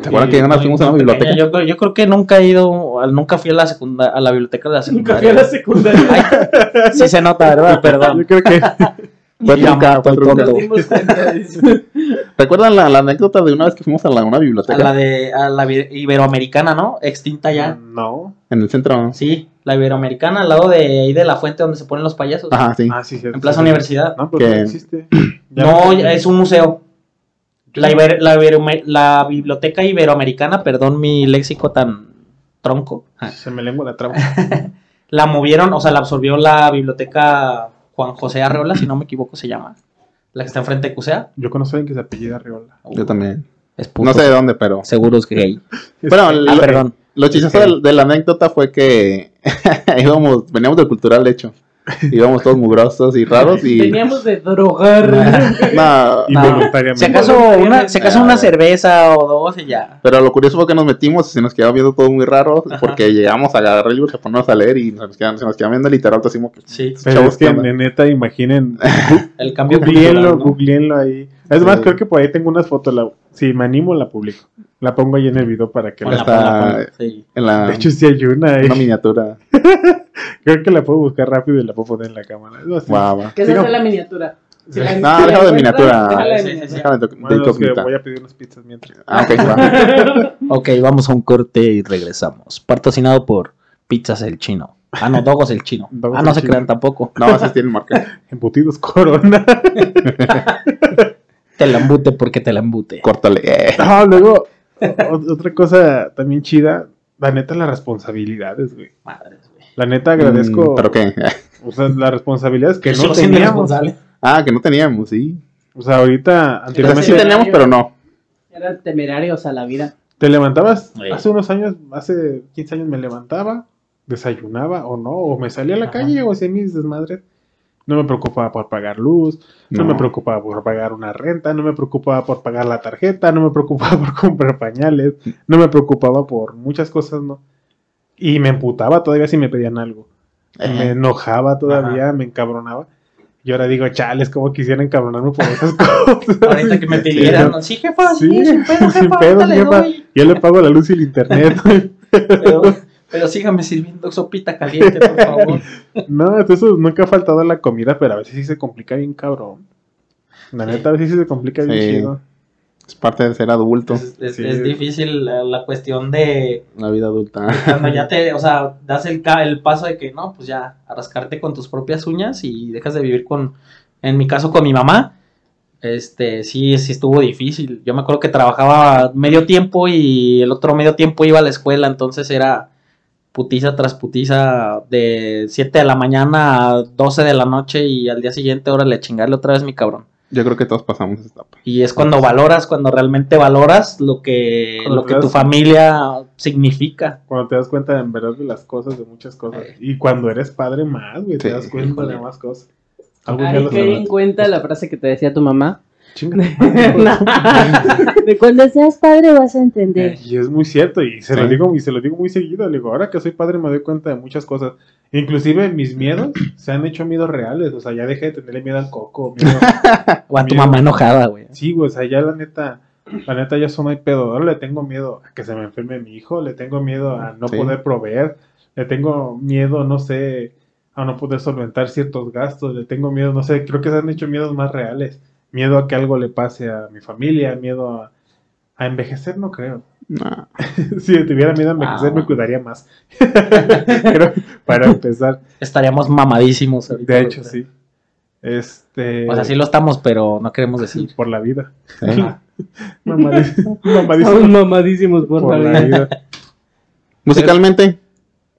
¿Se acuerdan que nos
Muy-
fuimos a una
muy pequeña.
biblioteca?
Yo, creo- yo creo que nunca he ido, al- nunca fui a la secunda, a la biblioteca de la secundaria.
Nunca fui a la secundaria.
Ay, sí se nota, ¿verdad? Perdón.
Yo creo que.
Fue
Ya,
trunca,
mato
fue
el
trunca.
tonto.
Nos dimos cuenta de eso.
¿Recuerdan la, la anécdota de una vez que fuimos a la, una
A
biblioteca?
la de a la bi- iberoamericana, ¿no? Extinta ya.
No.
En el centro.
Sí, la iberoamericana, al lado de ahí de la fuente donde se ponen los payasos.
Ajá, sí.
Ah, sí, sí,
En
sí,
Plaza
sí.
Universidad.
No, pero
Que-
no existe. Ya
No,
no-
ya es un museo. La, Iber- la, Iberoame- la biblioteca iberoamericana, perdón mi léxico tan tronco.
Se me lengua la traba.
la movieron, o sea, la absorbió la biblioteca Juan José Arreola, si no me equivoco se llama. La que está enfrente de Cusea.
Yo conozco a alguien que se apellida Arriola.
Yo también.
Es puto.
No sé de dónde, pero.
Seguro es gay.
Bueno,
Ah,
lo-
perdón.
Lo chistoso del- de, la anécdota fue que íbamos, veníamos del cultural, de hecho. Íbamos todos mugrosos y raros y.
Teníamos de drogar.
Nah,
Involuntariamente.
Ah, Si acaso una, si acaso
Ah,
una
bueno.
cerveza o dos y ya.
pero lo curioso fue que nos metimos y se nos quedaba viendo todo muy raro porque llegamos a agarrar el libro, se ponernos a leer y nos quedan- se nos quedaba viendo literal, así como que.
Sí,
Pero
Chavos,
es que,
¿qué onda?
ne- neta, imaginen.
el cambio
Googleenlo,
cultural, ¿no?
googleenlo ahí. Es más,
Sí.
creo que por ahí tengo unas fotos. la- si me animo, la publico. La pongo ahí en el video para que
Con la
la...
Hasta-
pala, con la- sí.
En la,
De hecho, sí hay una ahí.
una miniatura.
Creo que la puedo buscar rápido y la puedo poner en la cámara. No sé.
Guau, guau.
Que esa
Digo-
fue la miniatura.
Sí,
Ah,
la-
No,
sí,
déjalo de
la-
miniatura.
déjala de
Sí, sí,
miniatura.
sí.
Déjame Ah, de, de
Bueno, es que
incógnita.
voy a pedir unas pizzas mientras.
Ah, ok, va.
Ok, vamos a un corte y regresamos. Patrocinado por Pizzas El Chino. Ah, no, Dogos El Chino.
Dogos
ah, no
El
se
Chino.
crean tampoco.
No, así tiene marca.
Embutidos corona.
Te la embute porque te la embute.
Córtale. Eh.
No, luego, o- otra cosa también chida, la neta, las responsabilidades, güey.
Madres, güey.
La neta, agradezco
Mm, ¿Pero qué?
o sea, las responsabilidades que no
Yo siendo
teníamos.
responsable.
Ah, que no teníamos, sí.
O sea, ahorita,
O sea, sí
anteriormente,
Entonces,
teníamos, pero no.
Eran temerarios a la vida.
te levantabas,
Güey.
hace unos años, hace 15 años me levantaba, desayunaba o no, o me salía a la
Ajá.
calle o hacía mis desmadres. No me preocupaba por pagar luz, no. me preocupaba por pagar una renta, no me preocupaba por pagar la tarjeta, no me preocupaba por comprar pañales, no me preocupaba por muchas cosas, ¿no? Y me emputaba todavía si me pedían algo. me
Eh,
enojaba todavía, me encabronaba. Y ahora digo, chales, como quisiera encabronarme por esas cosas.
Ahorita que me pidieran. Sí, jefa, sí,
Sí,
sin pedo,
sin
jefa,
pedos,
ahorita le
jefa.
doy.
Yo le pago la luz y el internet.
Pero, pero sígame sirviendo sopita caliente, por favor.
no, eso nunca ha faltado la comida, pero a veces sí se complica bien cabrón. La
Sí.
neta, a veces sí se complica bien
Sí.
chido.
Es parte de ser adulto.
Es, es-
Sí.
es difícil la, la cuestión de
La vida adulta.
cuando ya te, o sea, das el, ca- el paso de que no, pues ya, a rascarte con tus propias uñas y dejas de vivir con, en mi caso, con mi mamá. Este, sí, sí estuvo difícil. Yo me acuerdo que trabajaba medio tiempo y el otro medio tiempo iba a la escuela, entonces era putiza tras putiza de 7 de la mañana a 12 de la noche y al día siguiente, órale, a chingarle otra vez mi cabrón.
Yo creo que todos pasamos esa etapa.
Y es cuando valoras, cuando realmente valoras lo que,
Cuando
lo que
te
tu
das-
familia significa.
Cuando te das cuenta en verdad de las cosas, de muchas cosas. Y cuando eres padre más, güey, te
Sí.
das cuenta de
Híjole.
más cosas. Algo ya
Ahí
lo
caí
sabrás.
en cuenta la frase que te decía tu mamá.
Chinga.
De cuando seas padre vas a entender.
Y es muy cierto, y se lo
Sí.
digo, y se lo digo muy seguido, le digo, ahora que soy padre me doy cuenta de muchas cosas. Inclusive mis miedos se han hecho miedos reales, o sea, ya dejé de tenerle miedo al coco, miedo-
O a tu
Miedo.
mamá enojada, güey.
sí, güey, o sea, ya la neta, la neta ya eso no hay pedo, ahora le tengo miedo a que se me enferme mi hijo, le tengo miedo a no
Sí.
poder proveer, le tengo miedo, no sé, a no poder solventar ciertos gastos, le tengo miedo, no sé, creo que se han hecho miedos más reales, miedo a que algo le pase a mi familia, miedo a, a envejecer, no creo.
Nah.
Si tuviera miedo a envejecer,
Ah.
me cuidaría más. Pero, para empezar,
Estaríamos mamadísimos. ahorita,
de hecho,
güey.
sí. Este.
O sea, sí lo estamos, pero no queremos decir.
Por la vida.
Sí.
Mamadiz-
Aún
Mamadísimo.
mamadísimos por,
Eh, Por
la
la
vida.
vida.
Musicalmente,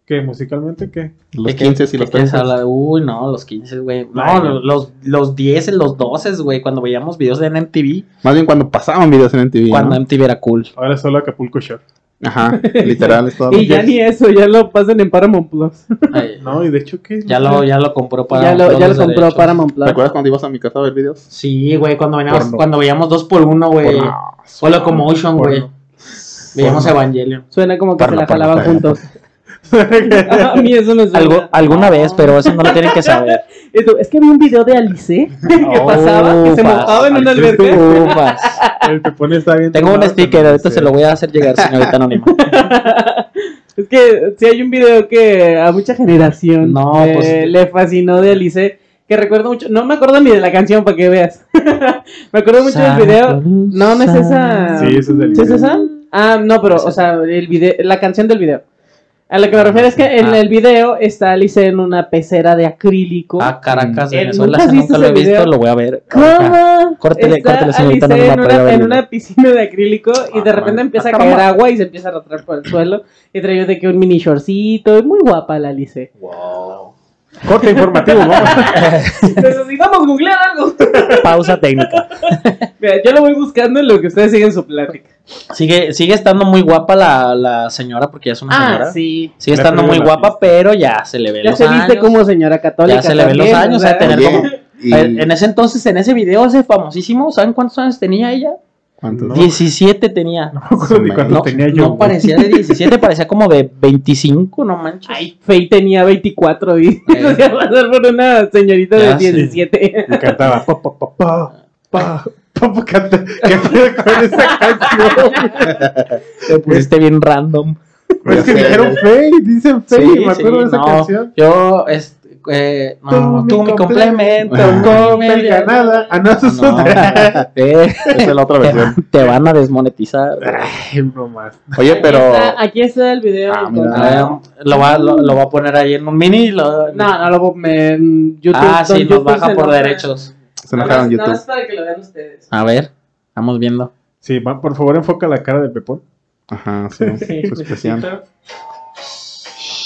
¿Qué? ¿Musicalmente qué?
los
¿De qué-
15 y
qué
los
quieres
13.
hablar? Uy, no, los 15, güey.
Ay,
No,
no.
los, los 10, los 12, güey. Cuando veíamos videos de NMTV,
Más bien cuando pasaban videos en MTV.
cuando
em-
¿no?
MTV era cool.
Ahora solo Acapulco Shore.
Ajá, literal, es todo.
Y ya ni eso, ya lo pasan en Paramount Plus.
Ay,
No, ¿y de hecho qué?
ya, lo, ya lo compró para.
ya lo,
todos
ya lo
los
compró
derechos.
Paramount
¿Te
Plus.
acuerdas cuando ibas a mi casa a ver videos?
Sí, güey, cuando, veníamos-
Porno.
cuando veíamos dos por uno, güey.
Porno.
O Locomotion, güey.
Porno.
Veíamos
Porno.
Evangelion.
Suena como que
Parla,
se la
parla,
jalaban
parla.
juntos. Ah, A mí eso me suena.
Algo, alguna vez, pero eso no lo tienen que saber.
Y tú, Es que vi un video de Alice que pasaba, que se
Upas.
mojaba en una
Alice
alberca.
Upas.
El pepón está bien.
Tengo un
tronado,
sticker,
pero
ahorita
sí.
se lo voy a hacer llegar, señorita anónima.
Es que si hay un video que a mucha generación
No,
eh,
pues-
le fascinó de Alice, que recuerdo mucho, no me acuerdo ni de la canción para que veas. me acuerdo mucho del video. No, no es esa.
Sí, eso es del
¿Sí es
video.
esa?
Mm.
Ah, no, pero, o sea, el video, la canción del video. A lo que me refiero es que en
Ah.
el video está Alice en una pecera de acrílico.
Ah, Caracas,
Eh,
Venezuela,
¿nunca
ese nunca
viste
lo he
ese
visto,
video?
lo voy a ver. ahorita.
¿Cómo?
Córtele,
Está
córtele, señorita,
Alice
no me
en,
apague
una,
la
en
luz.
una piscina de acrílico y de
Ah,
repente
man.
empieza a caer agua y se empieza a arrastrar por el suelo y trae de que un mini shortcito es muy guapa la Alice.
Corte informativo, ¿no?
Necesitamos googlear algo.
Pausa técnica.
Mira, yo lo voy buscando en lo que ustedes siguen su plática.
Sigue, sigue estando muy guapa la, la señora, porque ya es una señora.
Ah, sí.
Sigue
Le
estando
perdió
muy
la
guapa,
pista.
pero ya se le ve
Ya
los
se
años.
viste como señora católica.
ya se le ven los
también,
años,
o
o sea,
sea,
tener
Oye,
como-
y-
Eh, En en ese entonces, en ese video, ese famosísimo, ¿saben cuántos años tenía ella?
¿cuántos?
No.
17 tenía.
No me acuerdo ni cuántos
No,
tenía yo.
no parecía de 17, parecía como de 25, no manches.
Ay, Faye Pues, tenía 24 y se iba a pasar por una señorita
Ya
de
sé.
17.
Y cantaba. Pa, pa, pa, pa, pa, pa, pa, canta. ¿Qué pedo con esa canción?
Te pusiste bien random.
Pues Es que
Ya sé,
dijeron
ya
Fey, dicen Fey,
Sí,
me acuerdo
sí,
de esa
no.
canción.
Yo, es, eh, no,
Tú
tú,
mi
mi complemento,
complemento,
come de-
nada. Ah, no, eso es
No,
otra.
te,
Ah, Esa es la otra versión.
te van a desmonetizar.
Ay, bromas.
Oye,
Aquí
pero.
está- Aquí está el video.
Ah,
del
mira.
contador.
Ah, lo, va, lo, lo va a poner ahí en un mini. y Lo,
No, no lo me, en YouTube.
ah,
don
sí, nos
YouTube
baja
se
por
enoja.
derechos.
Se
Nada
enojaron
más- nada más
YouTube.
para que lo vean ustedes.
A ver, estamos viendo.
Sí, va, por favor enfoca la cara de Pepón.
Ajá, sí. Su
pues,
expresión.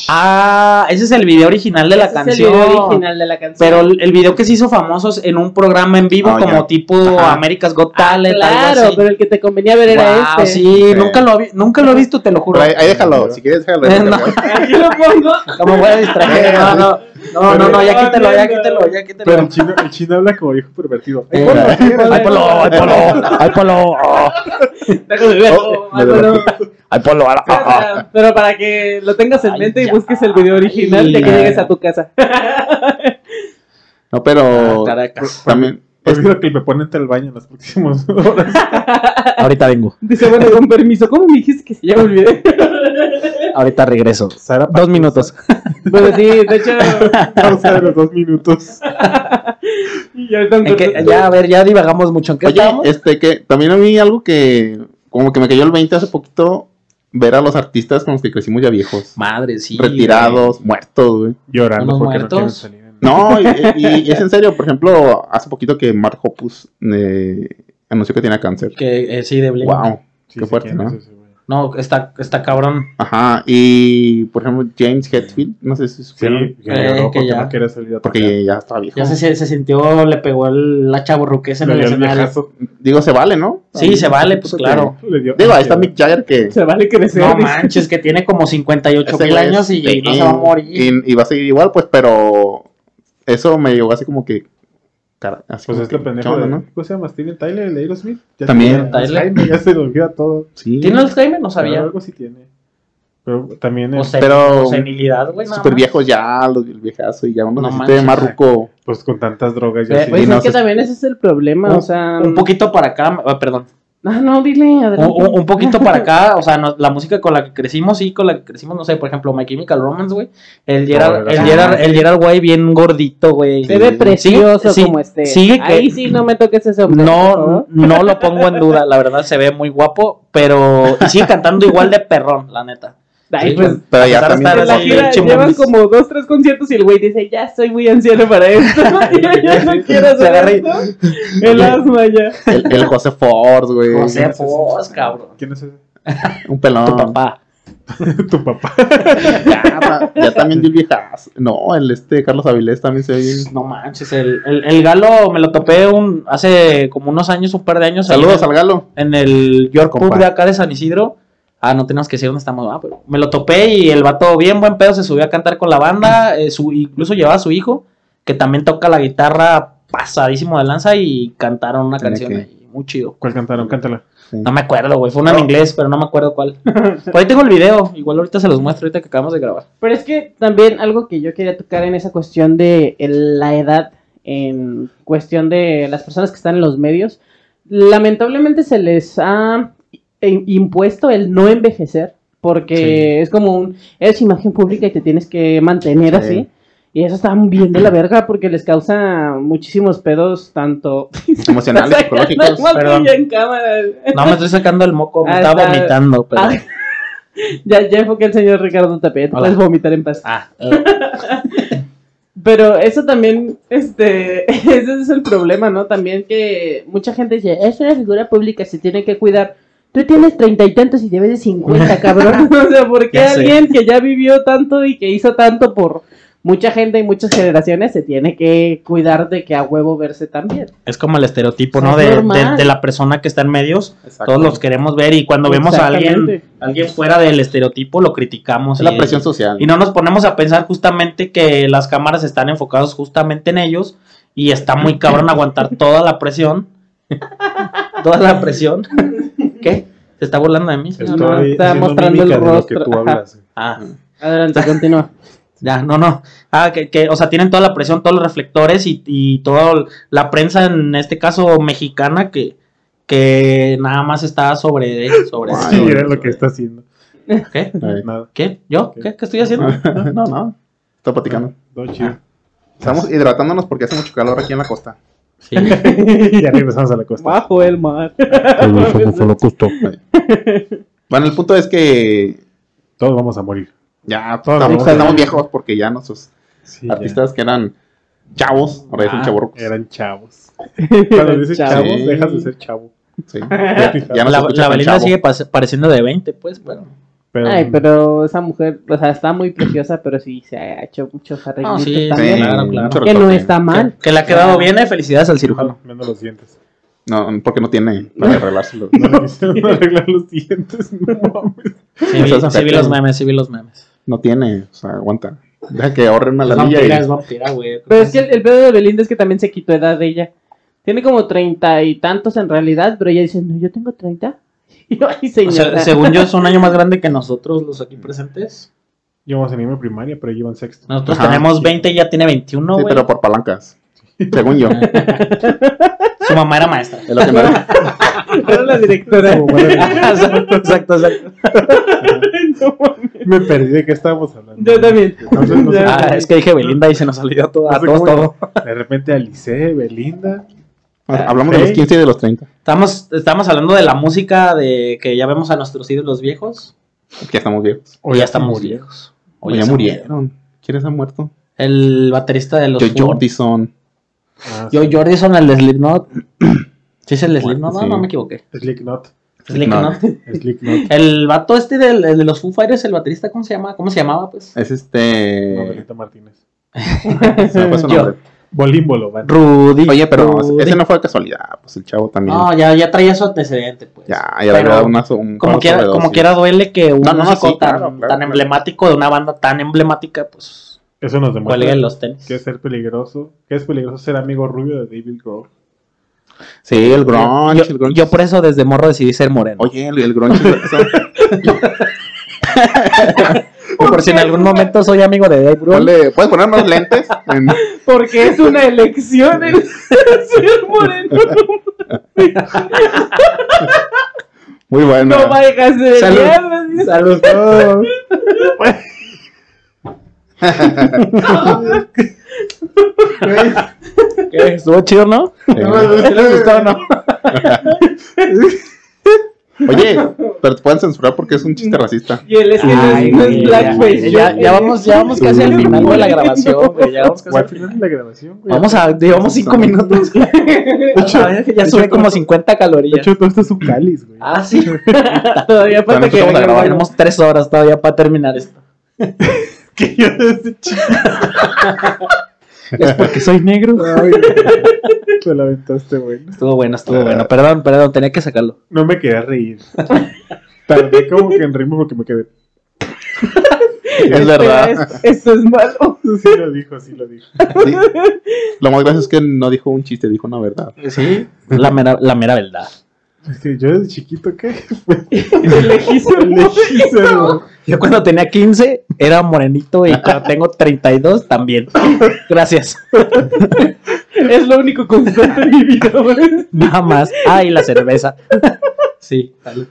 Ah, ese es el video original de la
Ese
canción.
Es el video original de la canción.
Pero el el video que se hizo famosos en un programa en vivo
Ah,
como
ya.
tipo
Ajá.
America's Got Talent,
Ah, claro,
algo así.
pero el que te convenía ver era
Wow,
este.
sí,
Sí.
Nunca, lo había- nunca lo he visto, te lo juro.
Pero ahí, ahí déjalo, si quieres déjalo. ahí,
No.
déjalo.
Aquí lo pongo.
Como voy a distraer. No, no, no, no, no, ya quítelo, ya quítelo, ya
Pero
quítelo.
el chino, el chino habla como viejo pervertido.
Eh,
Ay, polo, ay, polo, ay, polo,
Déjame ver.
Oh,
Ah,
me
bueno.
ay, polo. ah,
Pero para- Pero para que lo tengas en
Ay,
mente y
ya.
busques el video original de que
Ay.
llegues a tu casa.
No, pero.
Ah, Caracas.
También.
Olvido que el Pepón entra al baño en las próximas horas.
Ahorita vengo,
Dice, bueno, con permiso, ¿cómo me dijiste que se llama el video?
ahorita regreso.
Sara
Dos minutos.
bueno, sí, de hecho.
Pausa de los dos minutos.
y ahorita un
¿En qué-
corto.
ya, a ver, ya divagamos mucho. ¿En qué
Oye,
estábamos?
este que también a mí algo que como que me cayó el 20 hace poquito ver a los artistas con los que crecimos ya viejos,
Madre, sí.
retirados, muertos, güey.
Llorando
¿Unos
porque no
muertos?
quieren salir. en-
No, y, y- y es en serio, por ejemplo, hace poquito que Mark Hoppus eh, anunció que tenía cáncer.
güey. Que, eh, sí, de Blink.
Wow,
Sí,
qué
sí
fuerte,
quieren,
¿no?
sí, sí, güey.
No, está, está cabrón.
Ajá, y por ejemplo James Hetfield, no sé si supieron,
Sí, que lloró
Eh, que
porque
ya.
no quería salir a tocar.
porque ya estaba viejo.
Ya se, se se sintió, le pegó el, la chaburruquez en
Le
el
dio el
escenario.
viejazo.
Digo, se vale, ¿no?
Sí, se vale, pues claro.
Le dio-
Digo, ahí está Mick Jagger que
Se vale crecer.
No
dice.
manches, que tiene como 58
Ese
mil
güey es
años y, no se va a
pequeño,
morir.
Y, y va a seguir igual, pues, pero eso me llegó así como que. cara, así
Pues
como
es que
que,
pendejo.
¿qué onda,
de-
¿no?
¿Cómo se llama? Steven Tyler, el de Aerosmith. Ya
También.
tiene Alzheimer, Ya se le olvida todo.
Sí.
¿Tiene Alzheimer? No
Pero
sabía.
algo sí tiene. Pero también,
O
eh,
sea,
Pero-
o senilidad, güey. nada
Súper
más.
viejos ya, los, el viejazo, y ya uno
No
se
manches.
siente más ruco.
pues con tantas drogas ya
Ve-
sí.
Pues
Y no
es que
se-
también ese es el problema,
Un-
o sea.
Un poquito para acá, ah, perdón.
No, no, dile,
Un,
adelante.
un- un poquito para acá, o sea, no- la música con la que crecimos, sí, con la que crecimos, no sé, por ejemplo, My Chemical Romance, güey. El Gerard,
No,
el
era-
Gerard, el Gerard, güey, bien gordito, güey.
Se ve
Sí,
precioso
sí,
como esté.
sigue que-
Ahí sí no me toques ese hombre. por
No,
favor.
no lo pongo en duda, la verdad se ve muy guapo, pero y sigue cantando igual de perrón, la neta.
Ahí
Sí,
pues.
Pero ya
Empezar a
también.
estar
en la
así,
gira
pinche
llevan
mundis.
como dos, tres conciertos y el güey dice, ya estoy muy anciano para esto. ya, ya no quiero
Se
hacer
agarra y-
esto. El asma ya.
El, el José Ford, güey.
No sé,
es ese?
vos, cabrón.
¿Quién es ese?
Un pelón.
Tu papá.
tu papá.
Ya, pa- ya también dio el viejazo. No, el este Carlos Avilés también se ve bien.
No manches, el, el, el galo me lo topé un, hace como unos años, un par de años. ahí
Saludos
en,
al galo.
en el York Pub
Compa.
de acá de San Isidro. Ah, no tenemos que decir dónde estamos, ah, pero me lo topé y el vato bien buen pedo se subió a cantar con la banda, eh, su, incluso llevaba a su hijo, que también toca la guitarra pasadísimo de lanza y cantaron una
Tenía
canción
que-
ahí, muy chido.
¿Cuál cantaron? Cántala.
No me acuerdo, güey, fue una en inglés, pero no me acuerdo cuál. Por ahí tengo el video, igual ahorita se los muestro, ahorita que acabamos de grabar.
Pero es que también algo que yo quería tocar en esa cuestión de el- la edad, en cuestión de las personas que están en los medios, lamentablemente se les ha i- impuesto el no envejecer, porque
Sí.
es como un, eres imagen pública y te tienes que mantener
Sí.
así. Y eso está bien de la verga porque les causa muchísimos pedos, tanto...
Emocionales,
Ay,
psicológicos.
más
perdón.
que ya en cámara.
No, me estoy sacando el moco, me
Ah,
estaba
está-
vomitando, pero...
Ah. Ya, ya enfoqué al señor Ricardo Tapia, te
Hola.
puedes vomitar en paz.
Ah, eh,
Pero eso también, este, ese es el problema, ¿no? También que mucha gente dice, es una figura pública, se tiene que cuidar. Tú tienes treinta y tantos y te ves de cincuenta, cabrón. o sea, ¿por qué
Ya sé.
alguien que ya vivió tanto y que hizo tanto por mucha gente y muchas generaciones se tiene que cuidar de que a huevo verse también?
es como el estereotipo,
Es
¿no? De,
normal.
de- de la persona que está en medios, todos los queremos ver y cuando vemos a alguien,
Exactamente.
alguien fuera del estereotipo lo criticamos.
Es
y-
la presión social.
Y no nos ponemos a pensar justamente que las cámaras están enfocadas justamente en ellos y está muy cabrón aguantar toda la presión. toda la presión. ¿Qué? ¿Se está burlando de mí? señor?
no, está
haciendo
mostrando el
mímica de lo que
rostro.
tú hablas.
Ah,
Adelante, continúa.
ya, no, no. Ah, que, que, o sea, tienen toda la presión, todos los reflectores y, y toda la prensa, en este caso mexicana, que, que nada más está sobre... sobre
Ay,
Sí,
güey.
era lo que está haciendo.
¿Qué?
Ay.
Nada.
¿Qué? ¿Yo? ¿Qué? ¿Qué estoy haciendo?
No, no. Está platicando.
No, chido.
Estamos hidratándonos porque hace mucho calor aquí en la costa.
Sí.
Ya regresamos a la costa.
Bajo el mar.
Bueno, el punto es que
Todos vamos a morir.
ya
Todos
estamos,
vamos a-
estamos viejos porque ya nuestros
Sí,
artistas que eran chavos, ahora ya son
Ah,
chavorrucos.
Eran chavos. Cuando dices
Chavos.
chavos, dejas de ser chavo.
Sí. Ya, ya no se
la
escucha
la
tan
Belinda
chavo.
sigue pas- pareciendo de 20, pues, pero.
Pero,
Ay, pero esa mujer, o sea, está muy preciosa, pero sí se ha hecho muchos arreglitos
Ah, sí,
también.
Sí,
Claro, claro.
mucho
Que no
retoque.
está mal.
Que, que le ha quedado bien, eh, felicidades al cirujano.
Ojalá, menos los dientes.
No, porque no tiene para arreglárselo.
No le quisieron arreglar los dientes. No mames.
Sí, vi,
O sea,
sí vi
que-
los memes, sí vi los memes.
No tiene, o sea, aguanta. Deja que ahorren a la
Es
niña
vampira, es
y
vampira, güey.
Pero es que el, el pedo de Belinda es que también se quitó edad de ella. Tiene como treinta y tantos en realidad, pero ella dice, no, yo tengo treinta. Y yo, ay,
O
señora.
sea, según yo, es un año más grande que nosotros, los aquí presentes.
Yo vamos en irme a primaria, pero llevan sexto.
Nosotros
Ajá,
tenemos
sí.
20 y ya tiene 21,
Sí,
güey.
pero por palancas. Según yo. Es
Su mamá era maestra.
lo que me
Era la directora.
Como, bueno,
exacto, exacto, exacto.
me perdí de qué estábamos hablando.
Yo también.
Entonces, no sé-
Ah, es que dije Belinda y se nos olvidó todo, a
No sé
todos
cómo-
todo.
De repente Alice, Belinda.
Hablamos de los
Sí.
15 y de los 30.
Estamos, estamos hablando de la música de que ya vemos a nuestros ídolos viejos.
Ya estamos viejos.
O ya estamos
murieron.
viejos.
O ya
se
murieron. ¿Quiénes han muerto?
El baterista de los
Yo,
Who.
Jordison.
Ah,
Yo
sí.
Jordison, el de Slipknot. ¿Sí es el de Slipknot?
sí.
No, no me equivoqué.
Slipknot.
Slipknot.
Slipknot.
El vato este del, el de los Foo Fighters, el baterista, ¿cómo se llama? ¿Cómo se llamaba, pues?
Es este.
Novelita Martínez.
se me fue su
Yo-
nombre.
Bolímbolo, van.
Rudy.
Oye, pero
Rudy.
ese no fue casualidad. Pues el chavo también.
No, Ah, ya, ya traía su antecedente, pues.
ya, ya le había
Pero
dado una. Un par
Como
de
quiera, como
sobredosis.
quiera duele que un
No, no,
músico
sí, claro,
tan,
claro,
tan
claro.
emblemático de una banda tan emblemática, pues,
Eso nos
cuelgue
demuestra
en los tenis.
que es ser peligroso. Que es peligroso ser amigo rubio de David Grohl.
Sí, el grunge.
Yo,
el grunge.
yo por eso desde morro decidí ser moreno.
Oye, el, el grunge. es- eso-
por, si en algún momento soy amigo de Dave Grohl.
ponle- ¿Puedes poner unos lentes? En-
Porque es una elección el ser moreno.
Muy bueno.
No vayas de
Salud.
mierda.
Saludos. ¿Qué? ¿Estuvo chido, no?
Sí.
¿Sí les gustó o no?
Oye, pero te pueden censurar porque es un chiste racista.
Y él es que no es-
Ay,
no
güey,
es blackface.
ya, ya vamos, ya vamos casi al final de la grabación, güey. Ya vamos casi
¿Cuál
al
final de la grabación, güey?
Vamos a, llevamos 5 minutos.
hecho-
A ver, ya
de
sube
hecho,
como
todo-
50
De
calorías.
hecho, todo esto es un cáliz, güey.
Ah, sí.
Todavía falta
Bueno,
que
empezamos a
venga
grabar,
el
¿no?
Tenemos 3 horas todavía para terminar esto.
que yo desde chico.
Es porque soy negro.
Ay, güey. Te la aventaste, güey.
Estuvo bueno, estuvo
Eh.
bueno. Perdón, perdón, tenía que sacarlo.
No me quería reír. Tardé como que en reírme porque me quedé.
Es
Espera,
verdad.
es- Esto es malo.
Sí lo dijo, sí lo dijo.
Sí. Lo más gracioso es que no dijo un chiste, dijo una verdad.
Sí. La mera, la mera verdad.
Es que yo desde chiquito, ¿qué? Fue
Elegísimo.
lejísimo.
Yo cuando tenía 15 era morenito y cuando tengo 32 también. Gracias.
Es lo único constante en mi vida. güey.
Nada más. Ay, la cerveza. Sí.
Ay,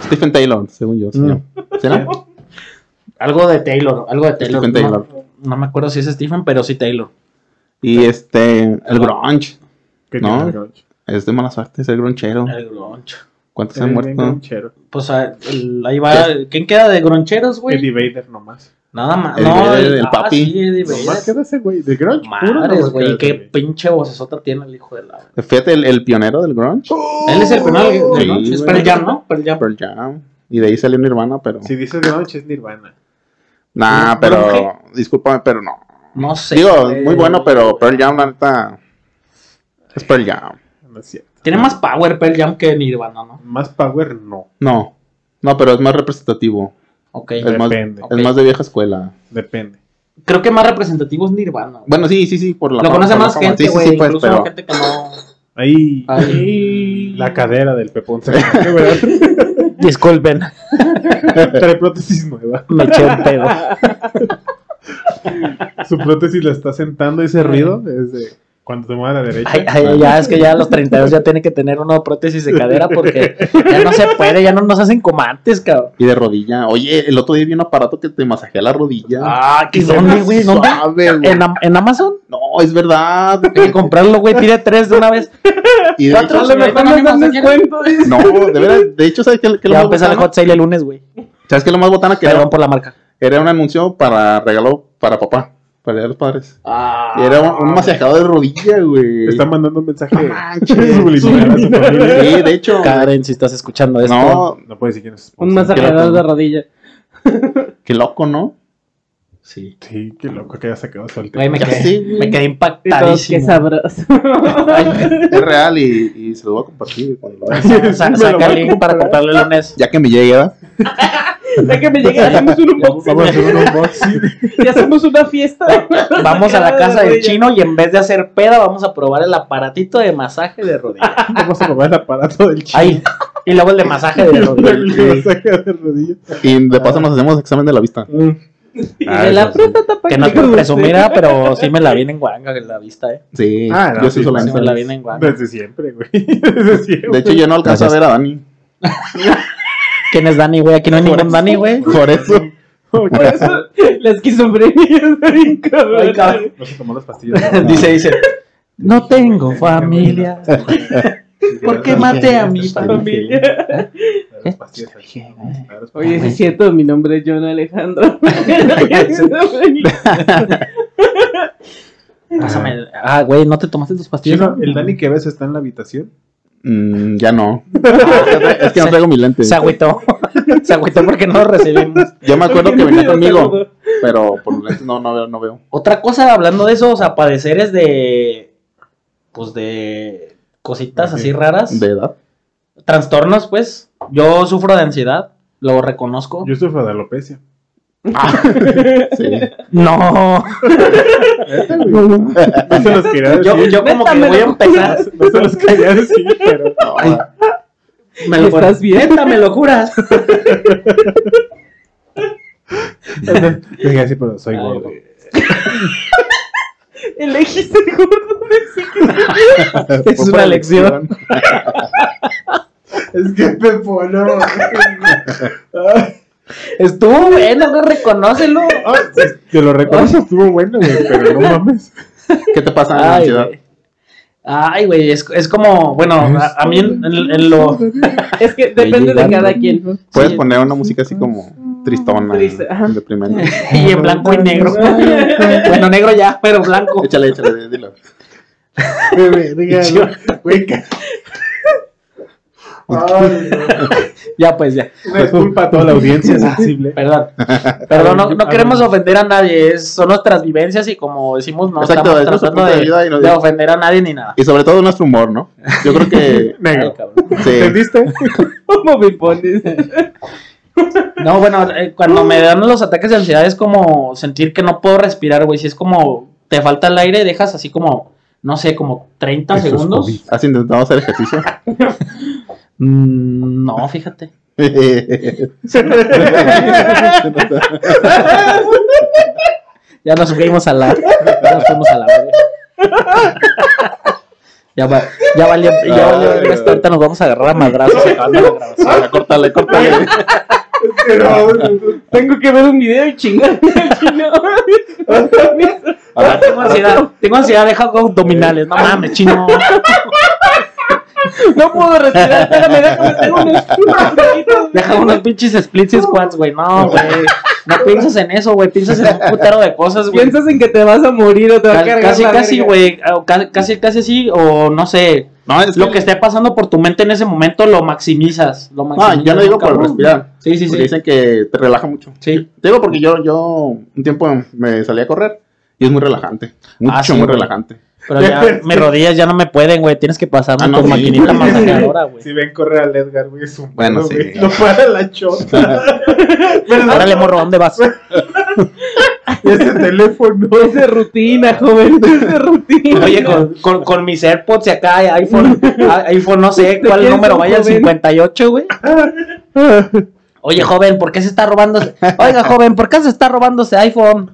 Stephen Taylor, según yo. señor. ¿Será?
Algo de Taylor, algo de Taylor.
Stephen
No-
Taylor.
No, me acuerdo si es Stephen, pero sí Taylor.
Y este, el grunge.
qué
No.
gran gaucho.
Es de mala suerte ser grunchero.
El groncho.
¿Cuántos han
Eres bien
muerto?
gauchero.
Pues ah, el- ahí va. ¿Quién queda de groncheros, güey?
Eddie Vader nomás.
Nada más.
Eddie
No,
Vedder, el
ah,
papi.
sí, Eddie Vedder.
Nomás queda ese güey. De grunge puro.
Madres,
nomás
güey.
queda
Qué
ese güey.
pinche vocesota tiene el hijo de la.
Fíjate, el, el pionero del grunge.
Él es el primer
Oh. Sí,
¿no? Es
güey.
Pearl Jam, ¿no? Pearl Jam.
Pearl Jam. Y de ahí salió Nirvana, pero.
Si dices grunge es Nirvana.
Nah, pero.
Grunge.
Discúlpame, pero no.
No sé.
Digo,
güey.
muy bueno, pero Pearl Jam, la neta. Es Pearl Jam.
No es cierto.
Tiene más power Pearl Jam que Nirvana, ¿no?
Más power, no.
No. No, pero es más representativo.
Ok.
Es más,
Depende.
Ok.
es más de vieja escuela.
Depende.
Creo que más representativo es Nirvana. güey.
Bueno, sí, sí, sí, por la
Lo
fama,
conoce
por la
más
fama.
gente,
Sí, sí,
güey.
sí, pues,
incluso
pero
gente que no.
Ahí.
Ay.
La cadera del Pepón. se fue, güey.
Disculpen,
Trae prótesis nueva.
me eché un pedo.
Su prótesis la está sentando ese ruido. Es de. Cuando te muevas a la derecha.
Ay, ay, ya es que ya a los 32 ya tiene que tener una prótesis de cadera porque ya no se puede, ya no nos hacen como antes, cabrón.
Y de rodilla. Oye, el otro día vi un aparato que te masajea la rodilla.
Ah, ¿y
Y se
dónde,
ve
güey? ¿Dónde?
suave, güey.
¿En, Am- en Amazon?
No, es verdad.
Hay que comprarlo, güey, pide tres de una vez.
Y de hecho,
¿Cuántos le
Ahorita no me dan descuento.
¿eh?
dice.
no, de verdad. De hecho, ¿sabes qué, qué
Ya va a
lo más
empezar el
botana?
hot sale el lunes, güey.
¿Sabes qué es lo más botana? Que
Perdón
era,
por la marca.
era un anuncio para regalo para papá, para el día de los padres.
Ah,
Y era un, un masajado de rodilla, güey.
Te Está mandando un mensaje
Manches.
subliminal a su familia.
Sí, de hecho.
Karen, si estás escuchando esto.
No,
No puede decir quién es.
Un
Creo
masajeador
que-
de rodilla.
qué loco, ¿no?
Sí.
Sí, qué loco que ya se quedó soltero.
Güey, me
Ya
quedé,
sé, güey.
me quedé
Y todos, qué
impactadísimo.
sabroso.
Es real y, y se lo voy a compartir cuando lo veas.
Sa-
Me lo voy
saca
a
el link para comprarle el lunes.
Ya que me llegue, ¿verdad?
Ya que me llegué, hacemos un unboxing.
Vamos a hacer un unboxing.
Y hacemos una fiesta.
Ah,
Vamos a la
Cara de
casa del
rodilla.
chino y en vez de hacer peda, vamos a probar el aparatito de masaje de rodilla.
Vamos a probar el aparato del chico.
Ahí. Y luego el de masaje de rodilla.
El masaje de rodillas.
Y de paso nos hacemos examen de la vista.
Mm.
Y
Ah,
de
eso
la
sí.
fruta tapa
Que no es por presumir, ah, pero sí me la viene en guanga la vista, eh.
Sí,
Ah, no,
yo sí
sí,
uso la
sí,
Sí me
vista.
la viene en guanga.
Desde siempre, güey. Desde siempre.
De hecho, yo no alcanzo
Gracias.
a ver a Dani.
¿Quién es Dani, güey? Aquí no hay ningún Dani, güey.
Por eso.
Por eso la esquizofrenia está bien cabrón.
Ay, cabrón.
No se tomó las pastillas.
Dice, dice. No tengo familia. ¿Por qué maté a mi familia?
Las pastillas. Las pastillas.
Oye, sí es cierto, mi nombre es John Alejandro. Yo
Pásame el- Ah, güey, ¿no te tomaste tus pastillas?
Chino, el Dani que ves está en la habitación.
Mm, ya no. Es que no traigo mi lente.
Se agüitó. Se agüitó porque no lo recibimos.
Yo me acuerdo que venía conmigo, pero por los lentes no, no veo. No veo.
Otra cosa, hablando de eso, o sea, padeceres de. Pues de. Cositas así raras.
¿De edad?
Trastornos, pues. Yo sufro de ansiedad, lo reconozco.
Yo sufro de alopecia.
Ah, Sí.
No.
No se los quería decir.
Yo, yo como que voy a empezar.
No se los quería decir, pero.
Ay, me lo
¿Estás
juras.
bien?
Neta, me lo juras.
Yo dije así, pero soy
Ay,
gordo.
güey.
Elegiste el gordo
Es
Fue por
una lección.
Es que Pepo, no.
Estuvo bueno, no reconócelo.
Ah, pues, Te lo reconozco, estuvo bueno, güey, pero no mames.
¿Qué te pasa en la
Ay,
ansiedad?
güey. Ay, güey, es, es como, bueno, a, a mí en, en- en lo...
Es que depende de
llegando.
cada quien.
Puedes
sí.
poner una música así como tristona,
Triste, ajá.
deprimente.
Y en blanco y negro. Bueno, negro ya, pero blanco.
Échale, échale, dilo.
Bebé, dígalo. Güey, ca- Ay,
Ya, pues ya.
no. Una disculpa a toda la audiencia sensible.
Perdón. Perdón, no, no queremos ofender a nadie. es- son nuestras vivencias y como decimos, no
Exacto, es
estamos
nuestro
tratando
punto de
de,
vida y no-
de ofender a nadie ni nada.
Y sobre todo nuestro humor, ¿no? Yo creo que.
Ay,
Negro.
cabrón.
Sí.
¿Entendiste?
¿Cómo me pones?
No, bueno, eh, cuando me
Uh.
dan los ataques de ansiedad es como sentir que no puedo respirar, güey. Si es como te falta el aire, dejas así como, no sé, como 30
Eso es
segundos.
COVID.
¿Has intentado hacer ejercicio?
Mm, no, fíjate. Ya nos fuimos a la. Ya nos fuimos a la verga. Ya, va, ya valió, ya valió verga esto, Ahorita nos vamos a agarrar a madrazos acabando la grabación.
Ya, Ah, córtale, córtale.
Tengo que ver un video y chingar al chino.
Ah, tengo ansiedad, tengo ansiedad, deja hago abdominales, no mames, chino.
No puedo respirar, déjame, déjame, tengo unos unos
Deja unos pinches splits y squats, güey. No, güey. No piensas en eso, güey. Piensas en un putero de cosas, güey.
Piensas en que te vas a morir o te va a
Ca-
cargar
Casi,
la
casi,
verga.
güey. o ca- Casi, casi así, o no sé.
No, es
Lo que esté pasando por tu mente en ese momento lo maximizas. Ah, Lo maximizas
No, yo no Ah, digo por
cabrón.
respirar.
Sí, sí,
Porque
sí.
dicen que te relaja mucho.
Sí.
Te digo porque yo, yo un tiempo me salí a correr y es muy relajante. Mucho,
Ah, sí,
muy
güey.
relajante.
Pero ya mis rodillas ya no me pueden, güey. Tienes que pasarme
Ah, no,
tu
sí.
maquinita
Sí, sí,
masajeadora, güey.
Si ven correr al Edgar, güey, es un
Bueno,
pedo,
sí.
güey. No para la chota. Pero
Órale, morro, ¿dónde vas?
ese teléfono.
Es de rutina, joven, es de rutina.
Oye, con, con, con mis AirPods y acá hay iPhone, a- iPhone no sé
¿De
cuál
quién
número
son,
vaya, el
joven?
58, güey. Oye, joven, ¿por qué se está robando? Oiga, joven, ¿por qué se está robando ese iPhone?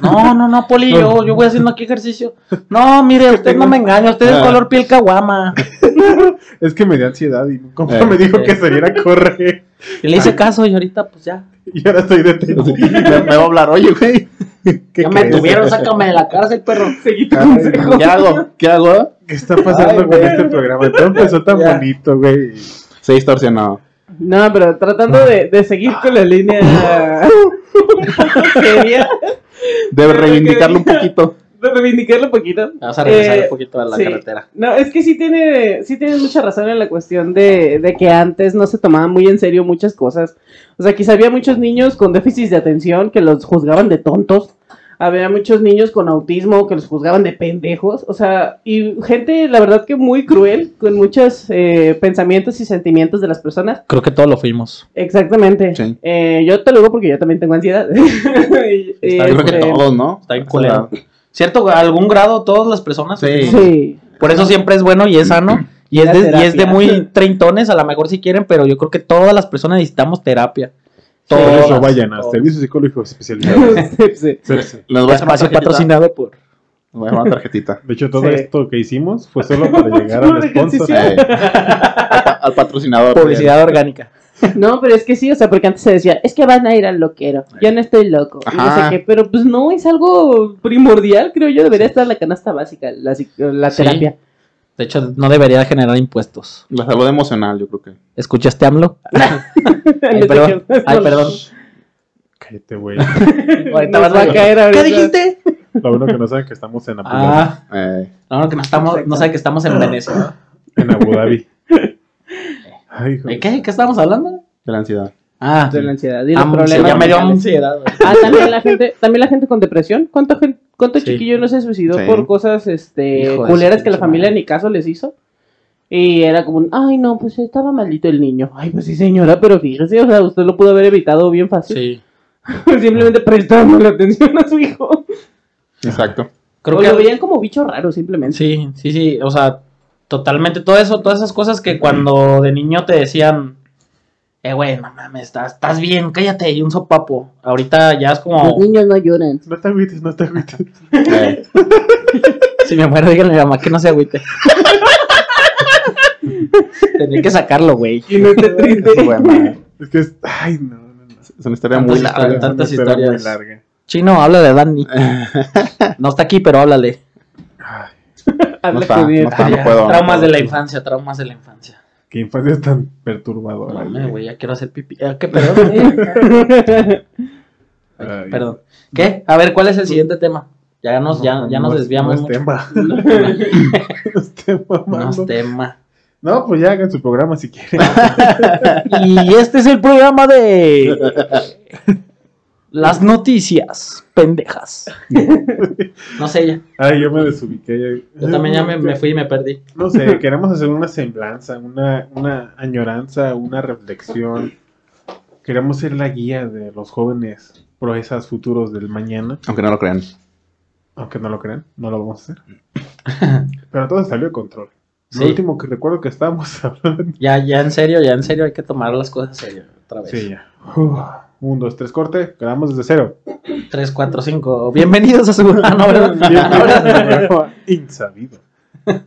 No, no, no, Poli, yo, yo voy haciendo aquí ejercicio. No, mire, usted no me engaña, usted es
Ah.
color piel caguama.
Es que me dio ansiedad y como
Eh.
me dijo
Eh.
que saliera a correr
Y le hice caso y ahorita pues ya.
y ahora estoy detenido.
Me, me va a hablar, oye, güey.
¿Qué
ya me
crees?
tuvieron, sácame de la cárcel, perro.
Seguí tu
Ay,
consejo.
¿Qué hago? ¿Qué hago?
¿Qué está pasando
Ay,
con
güey.
este programa? Todo empezó tan
Ya.
bonito, güey.
Se distorsionó.
No, pero tratando de, de seguir con la línea seria,
Debe reivindicarlo un poquito.
de reivindicarlo un poquito.
Vamos a regresar
Eh,
un poquito a la
sí.
carretera.
No, es que sí tiene, sí tiene mucha razón en la cuestión de, de que antes no se tomaban muy en serio muchas cosas. O sea, quizá había muchos niños con déficit de atención que los juzgaban de tontos. Había muchos niños con autismo que los juzgaban de pendejos. O sea, y gente, la verdad que muy cruel, con muchos eh, pensamientos y sentimientos de las personas.
Creo que todos lo fuimos.
Exactamente.
Sí.
Eh, yo te lo digo porque yo también tengo ansiedad. Y- y
Está
Yo creo
este,
que todos, ¿no?
Está bien
O sea,
culero. ¿Cierto? A algún grado todas las personas.
Sí.
sufrimos.
Sí.
Por eso siempre es bueno y es sano. Y es,
La
de, y es de
terapia.
muy treintones, a lo mejor si quieren, pero yo creo que todas las personas necesitamos terapia.
Por
Todas,
eso vayan a
todas.
servicios psicológicos especializados.
Sí, sí.
Cerce.
Les voy a hacer una
Espacio
tarjetita.
patrocinado por.
Voy a hacer una tarjetita.
De hecho, todo
Sí.
esto que hicimos fue solo para llegar al sponsor.
Sí.
Eh, al, pa- al patrocinador.
Publicidad orgánica.
No, pero es que sí, o sea, porque antes se decía, es que van a ir al loquero, yo no estoy loco, y no
Ajá.
sé qué, pero pues no, es algo primordial, creo yo, debería estar en la canasta básica, la, psic- la
Sí.
terapia.
De hecho, no debería generar impuestos.
La salud emocional, yo creo que.
¿Escuchaste AMLO? Ay,
No sé
perdón.
qué-
Ay, perdón.
Cállate, güey.
Ahorita
Nos
vas
va a caer ahorita.
¿Qué dijiste?
Lo bueno que no saben que estamos en Abu, Dhabi,
Ah,
Eh,
no, que no estamos, no sabe que estamos en Venecia.
en Abu Dhabi. Ay, hijo.
¿De qué? ¿Qué estamos hablando?
de la ansiedad.
Ah,
De la ansiedad y los
am-
problemas
ya me dio
mentales.
ansiedad. güey.
Ah, también la gente, también la gente con depresión, ¿cuánto, gen- cuánto
Sí.
chiquillo no se suicidó
Sí.
por cosas, este,
Hijo de su
culeras que la
pinche
familia
madre.
ni caso les hizo? Y era como, un, ay no, pues estaba maldito el niño. Ay, pues sí señora, pero fíjese, o sea, usted lo pudo haber evitado bien fácil.
Sí.
Simplemente prestando la atención a su hijo.
Exacto.
Creo
o
que
lo veían como bicho raro, simplemente.
Sí, sí, sí, o sea, totalmente todo eso, todas esas cosas que cuando de niño te decían, eh, güey, no mames, estás, estás bien, cállate, y un sopapo. Ahorita ya es como,
niños no lloran.
No te agüites, no te agüites.
Eh,
si me muero, díganle a mi mamá que no se agüite. Tendré que sacarlo, güey.
Y no esté triste.
es eh. buena.
Es que es. Ay, no, no, no.
Es una historia muy
Tantas
larga.
historias. Pues, ah, Tantas
Es una historia
historias.
Muy larga.
Chino, habla de Dani. No está aquí, pero háblale.
Ay,
Habla
está,
con él.
no está. Ah, puedo, no
traumas
puedo.
de la infancia, traumas de la infancia.
qué infancia tan
No
perturbadora.
mames,
güey.
güey, ya quiero hacer pipí. Ah, ¿Qué perdón?
Ay,
perdón. ¿Qué? A ver, ¿cuál es el siguiente tema? Ya nos, ya, ya
no
nos
es-
desviamos
No es
mucho.
tema. No es tema,
No es
mando.
tema.
No, pues ya hagan su programa si quieren.
Y este es el programa de las noticias pendejas. No sé, ya.
Ay, yo me desubiqué. ya-
Yo también ya me, me fui y me perdí.
No sé, queremos hacer una semblanza, una, una añoranza, una reflexión. Queremos ser la guía de los jóvenes proezas futuros del mañana,
Aunque no lo crean.
aunque no lo crean, no lo vamos a hacer. Pero todo salió de control.
Sí.
Lo último que recuerdo que estábamos hablando.
Ya, ya en serio, ya en serio hay que tomar las cosas en serio otra vez.
Sí, ya. Uf. Un, dos, tres, corte. Quedamos desde cero.
3, 4, 5. Bienvenidos a su. Ah, no, ¿verdad?
Bienvenidos
Ahora-
al programa Insabido.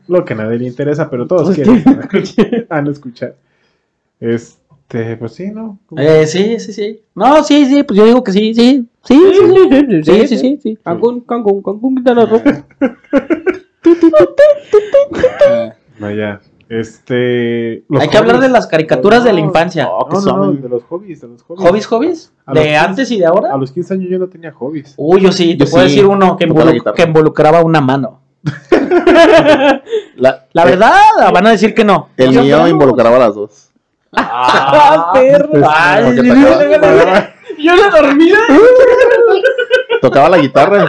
Lo que a nadie le interesa, pero todos quieren saber. a no escuchar. Este, pues sí, ¿no?
Eh, sí, sí, sí. No, sí, sí, pues yo digo que sí, sí. Sí, sí, sí. Sí, sí, sí, sí.
Cancún, Cancún, Cancún, Quintana Roo.
Eh,
Vaya, este. los
Hay que hablar de
hobbies.
las caricaturas de la
No,
infancia.
No, no, no, de los hobbies, de los hobbies.
¿Hobbies, hobbies?
A los
¿De
quince.
antes y de ahora?
A los 15 años yo no tenía hobbies.
Uy, yo sí, te
Yo
puedo
sí,
decir uno que,
tocar la
involu-
guitarra.
que involucraba una mano.
la,
La
eh,
verdad, van a decir que no.
El
No,
mío
no.
involucraba a las dos.
Ah, perro.
Pues,
Ay,
porque
sí,
tocaba-
sí, sí, sí.
Yo la dormida.
Tocaba la guitarra.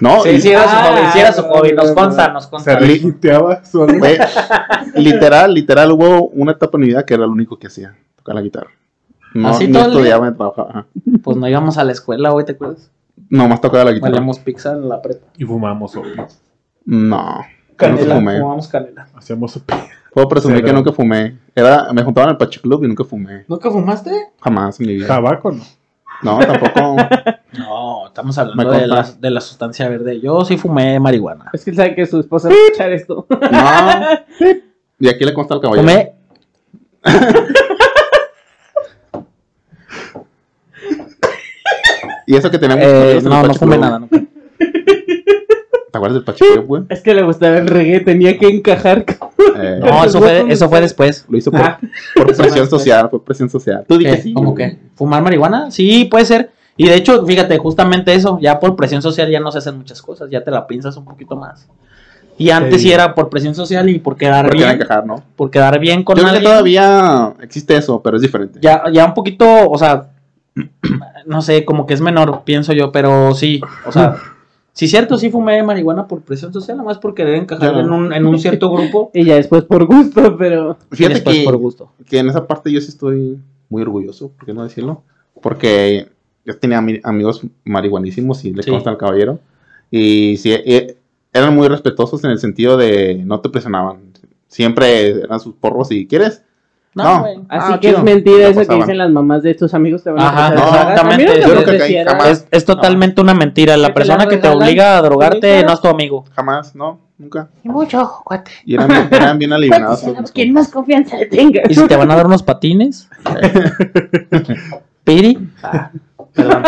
No,
Sí,
y-
sí, era su hobby, sí, era su
Ah,
hobby. Nos
no,
consta,
no.
nos
Se
consta.
reguiteaba solo.
Güey, literal, literal, hubo una etapa en mi vida que era lo único que hacía, tocar la guitarra. No,
¿Así
ni
todo el día?
estudiaba, ni trabajaba. ajá.
Pues no íbamos a la escuela, güey, ¿te acuerdas?
Nomás tocaba la guitarra.
Valíamos pizza en la prepa.
Y fumamos opio.
No.
Canela,
nunca fumé.
fumábamos canela.
Hacíamos opio.
Puedo presumir que
Cero.
nunca fumé. Era, me juntaban al Pachi Club y nunca fumé.
¿Nunca fumaste?
Jamás en mi vida.
Tabaco, ¿no?
No, tampoco.
No, estamos
Me
hablando
consta.
de la, de la sustancia verde. Yo sí fumé marihuana.
Es que él sabe que su esposa va a escuchar esto.
No. Y aquí le consta al caballero.
Fumé.
Y eso que tenemos.
eh,
amigos en
no,
el
no
Pachi
fumé
Club.
nada. nunca.
¿Te acuerdas del Pachiclub, güey?
Es que le gustaba el reggae, tenía que encajar.
Eh,
No, eso fue, eso fue después.
Lo hizo por,
Ah.
por
Eso
presión
no, pues.
social, por presión social. Tú
¿Qué?
dijiste sí.
¿Cómo
güey.
qué? ¿Fumar marihuana? Sí, puede ser. Y de hecho, fíjate, justamente eso, ya por presión social ya no se hacen muchas cosas, ya te la pinzas un poquito más. Y antes sí era por presión social y por quedar
Porque era
bien,
encajar, ¿no?
por quedar bien con
Yo creo que
alguien.
todavía existe eso, pero es diferente.
Ya, ya un poquito, o sea, no sé, como que es menor, pienso yo, pero sí, o sea, sí cierto, sí fumé marihuana por presión social, nada más por querer encajar
Claro.
en, un, en un cierto grupo
Y ya después por gusto, pero.
y
Fíjate
después
que,
por gusto.
que en esa parte yo sí estoy muy orgulloso, ¿por qué no decirlo? Porque yo tenía ami- amigos marihuanísimos y le
Sí.
consta al caballero. Y sí, eh, eran muy respetuosos en el sentido de no te presionaban. Siempre eran sus porros y ¿quieres? No.
No, güey.
Así
Ah,
que
chido.
es mentira
La
eso que
pasaban.
dicen las mamás de tus amigos te van a
Ajá,
pasar.
no,
drogas.
exactamente.
A mí no me
Yo
creo que
ofrecieron.
caí jamás.
es, es totalmente una mentira. La
Que te
persona
la
que te
regalan,
obliga a drogarte
¿ubicas?
no es tu amigo.
Jamás, no, nunca.
Y mucho ojo, cuate.
Y eran, eran bien aliviados.
Quien más confianza le tenga.
Y si te van a dar unos patines. Piri. perdón,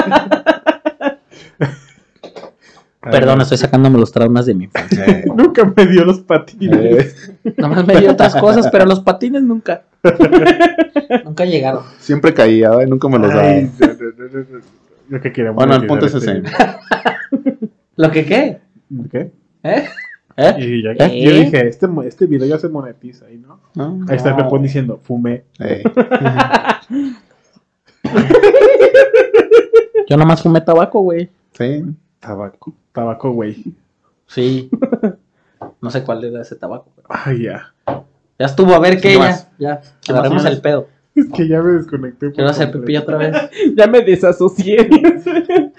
Ah,
perdón, estoy sacándome los traumas de mi infancia.
Eh,
Nunca me dio los patines.
eh,
Nomás me dio otras cosas, pero los patines nunca. nunca llegaron.
siempre caía, ¿eh? nunca me los daba.
Ay, no, no, no, no. Lo que queríamos
Bueno, el
decir,
punto es ese.
este,
¿Lo que qué?
¿Qué?
¿Eh? ¿Eh?
Y ya,
¿Eh?
yo dije, este, mo- este video ya se monetiza, ¿y no?
¿no?
Ahí está el
No.
Pepón diciendo, fumé.
Eh,
Yo nomás fumé tabaco, güey.
sí.
Tabaco. Tabaco, güey.
Sí. No sé cuál era ese tabaco. pero
Ay, ya.
Ya estuvo, a ver qué.
¿Qué
ya,
más?
ya.
más,
Agarremos
señores?
el pedo.
Es que ya me desconecté. por
Quiero hacer
completo.
pipí otra vez.
Ya me desasocié.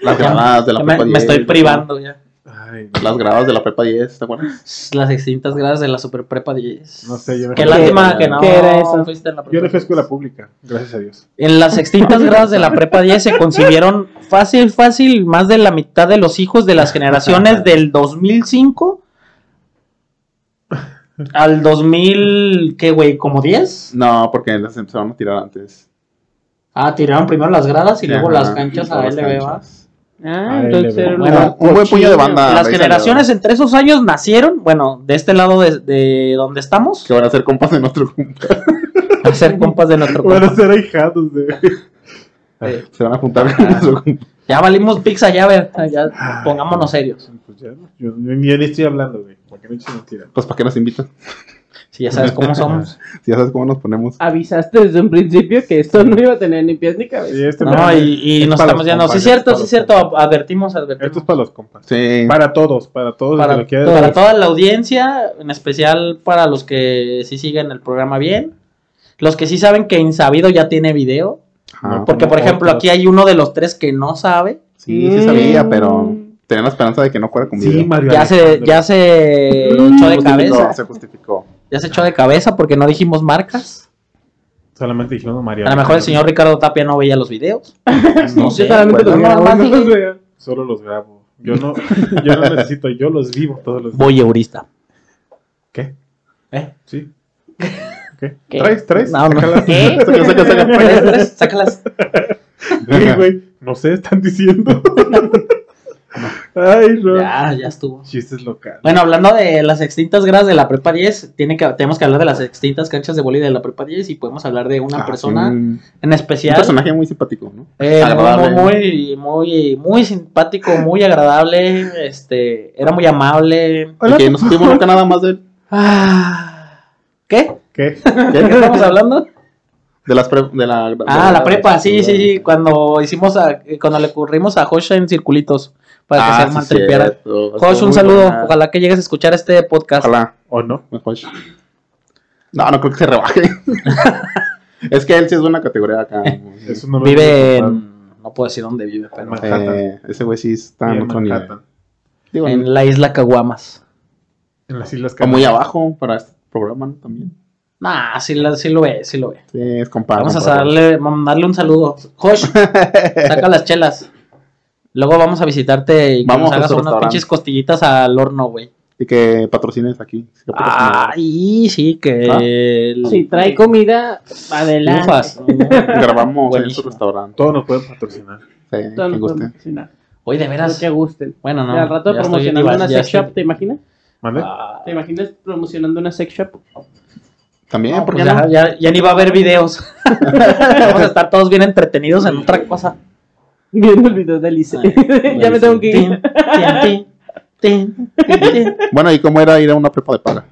Las
Ya me-
granadas de la
Ya
prepa
me,
10.
me estoy privando ya.
Ay, no.
Las gradas de la prepa 10, ¿te acuerdas?
Las distintas gradas de la super prepa 10.
No sé, yo me-
Qué
¿Qué-
lástima que no
qué era eso?
fuiste en la
Yo
prepa
le fui a escuela pública, gracias a Dios.
En las extintas gradas de la prepa 10 se concibieron fácil, fácil, más de la mitad de los hijos de las generaciones del 2005 al 2000, ¿qué güey? ¿Como 10?
No, porque las empezaron a tirar antes.
Ah, tiraron primero las gradas y luego
Ajá,
las canchas a
las
LB, ¿va?
canchas.
Ah,
Ay,
entonces
le veo.
era un
Bueno,
lugar
un buen puño de
cochino.
banda.
Las
ahí
generaciones
salió.
entre esos años nacieron, bueno, de este lado de, de donde estamos,
Que van a ser compas de nuestro compa.
a ser compas de nuestro
Van a
compa.
ser ahijados de.
Eh,
Se van a juntar con
Ah.
nuestro compa.
Ya valimos pizza, ya a ver, ya pongámonos serios.
Pues ya, no. yo, yo ni yo ni estoy hablando, güey. Porque no he hecho mentira.
Pues para qué nos invitan.
Si ya sabes cómo somos.
Si ya sabes cómo nos ponemos.
Avisaste desde un principio que esto no iba a tener ni pies ni
Sí,
cabeza.
este
No,
mero-
y, y
es
nos
para
estamos
los
yendo.
compas,
Sí,
es
cierto,
para
sí,
los
cierto.
compas.
Advertimos,
Esto es
advertimos.
para los compas.
Sí.
Para todos, para todos. el que
Para,
lo quiera
para
ver.
toda la audiencia, en especial para los que sí siguen el programa bien. Los que sí saben que Insabido ya tiene video.
Ajá.
Porque, por
Como
ejemplo,
otros.
aquí hay uno de los tres que no sabe.
Sí, sí sabía, pero tenía la esperanza de que no fuera con
Sí,
video.
Mario.
Ya se,
Alejandro.
ya se echó de
Se justificó,
cabeza.
Se justificó.
Ya se echó de cabeza porque no dijimos marcas.
Solamente dijeron Mario.
A lo mejor el
Alejandro.
señor Ricardo Tapia no veía los videos.
No
No sé.
Solamente
Bueno,
los grabo,
nomás
no
dije-
los veo.
Solo los grabo. Yo no, yo no necesito, yo los vivo todos los días.
Voyeurista.
¿Qué?
¿Eh?
¿Sí?
¿Qué?
¿Traes? ¿Traes?
No, no.
Sácalas.
¿Qué?
Saca, saca, saca.
Tres, tres, pues, sácalas.
Sí, güey. No sé, están diciendo. Ay, no.
Ya, ya estuvo.
Chistes locales.
Bueno, hablando de las extintas gradas de la prepa 10, tiene que, tenemos que hablar de las extintas canchas de boli de la prepa 10 y podemos hablar de una
Ah,
persona
sí, Un
en
un
especial.
personaje muy simpático, ¿no?
eh,
agradable.
muy, muy, muy, muy simpático, muy agradable, este, era muy amable.
Y que no supimos nunca nada más de él.
Ah, ¿Qué?
¿Qué?
¿De qué estamos hablando?
De las pre- de la
Ah,
de
la prepa, sí, sí, sí, cuando hicimos, a- eh, cuando le ocurrimos a Josh en circulitos para que
Ah,
se
sí,
maltripeara.
cierto.
Josh,
Estuvo
un
muy
saludo,
buena.
ojalá que llegues a escuchar este podcast.
Ojalá.
¿O no?
Me josh. No, no creo que se rebaje. es que él sí es de una categoría acá.
Es un hombre
Vive
muy
en, no puedo decir dónde vive, pero...
Manhattan.
Eh, ese güey sí está
Vive
en
en
otro nivel.
Manhattan.
Digo,
en la isla Caguamas.
En las Islas
o muy
Canarias.
abajo para este programa ¿no? también.
Nah, sí, la- sí lo ve, sí lo ve.
Sí, es compadre.
Vamos a
compadre.
darle, vamos a darle un saludo. Josh, saca las chelas. Luego vamos a visitarte y que
Vamos
nos
a
hagas
su
unas
restaurante.
pinches costillitas al horno, güey.
Y que patrocines aquí. Que patrocines.
Ay, sí, que...
Ah.
el-
Si trae comida, adelante.
Ufas.
Grabamos en
Ah, Buenísimo.
su restaurante.
Todo nos puede patrocinar.
Sí,
Todo
quien
lo
guste.
podemos cocinar,
Oye, de
lo
veras.
que gusten.
Bueno, no.
Y al rato
ya estoy
promocionando
diva-
una
ya
sex
estoy-
shop, ¿te imaginas?
¿Vale?
Ah,
¿Te imaginas promocionando una sex shop?
También,
pues
porque
ya, ya- ya ni va a haber videos. Vamos a estar todos bien entretenidos en otra cosa.
Viendo el video de Alice. ya me tengo que ir.
Tin, tin, tin, tin, tin.
Bueno, ¿y cómo era ir a una prepa de paga?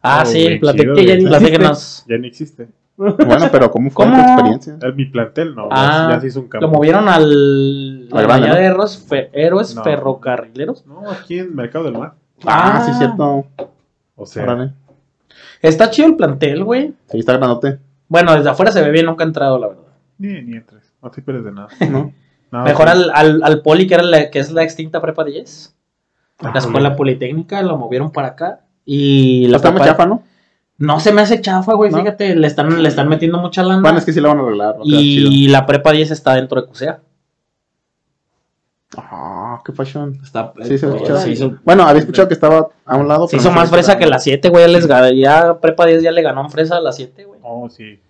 Ah,
Oh,
sí,
güey,
platic-
chido, güey.
platíquenos.
Ya no existe.
Bueno, pero ¿cómo fue
¿Cómo?
tu experiencia?
Es mi plantel, no. ya-
Ah,
ya se hizo un cambio.
Lo movieron al.
La
La
grande, ¿no?
Avenida de Héroes, Fe- Héroes
No.
Ferrocarrileros.
No, aquí en Mercado del Mar.
Ah, sí,
Ah.
cierto.
O sea,
Órale.
Está chido el plantel, güey.
Ahí está grandote, Pues
Bueno, desde afuera se ve bien, nunca he entrado, la verdad.
ni, ni entres. No te pierdes de nada.
¿no?
No,
Mejor
sí.
al, al, al poli, que, era la, que es la extinta prepa de Yes. La
Ah,
escuela politécnica, lo movieron para acá. Y la
Está muy
prepa-
chafa, ¿no?
No se me hace chafa, güey.
¿No?
Fíjate, le están, le están metiendo mucha lana.
Bueno, es que sí la van a arreglar. va a quedar chido.
y la prepa 10 está dentro de CUSEA.
Ah, qué fashion.
Está,
Sí, se
eh,
escuchaba.
se hizo,
Bueno, había escuchado que estaba a un lado.
se
pero
hizo
no
más
sabía
fresa que
era.
la 7, güey. Ya, les ga- ya prepa 10 ya le ganó en fresa a la 7, güey.
Oh, sí.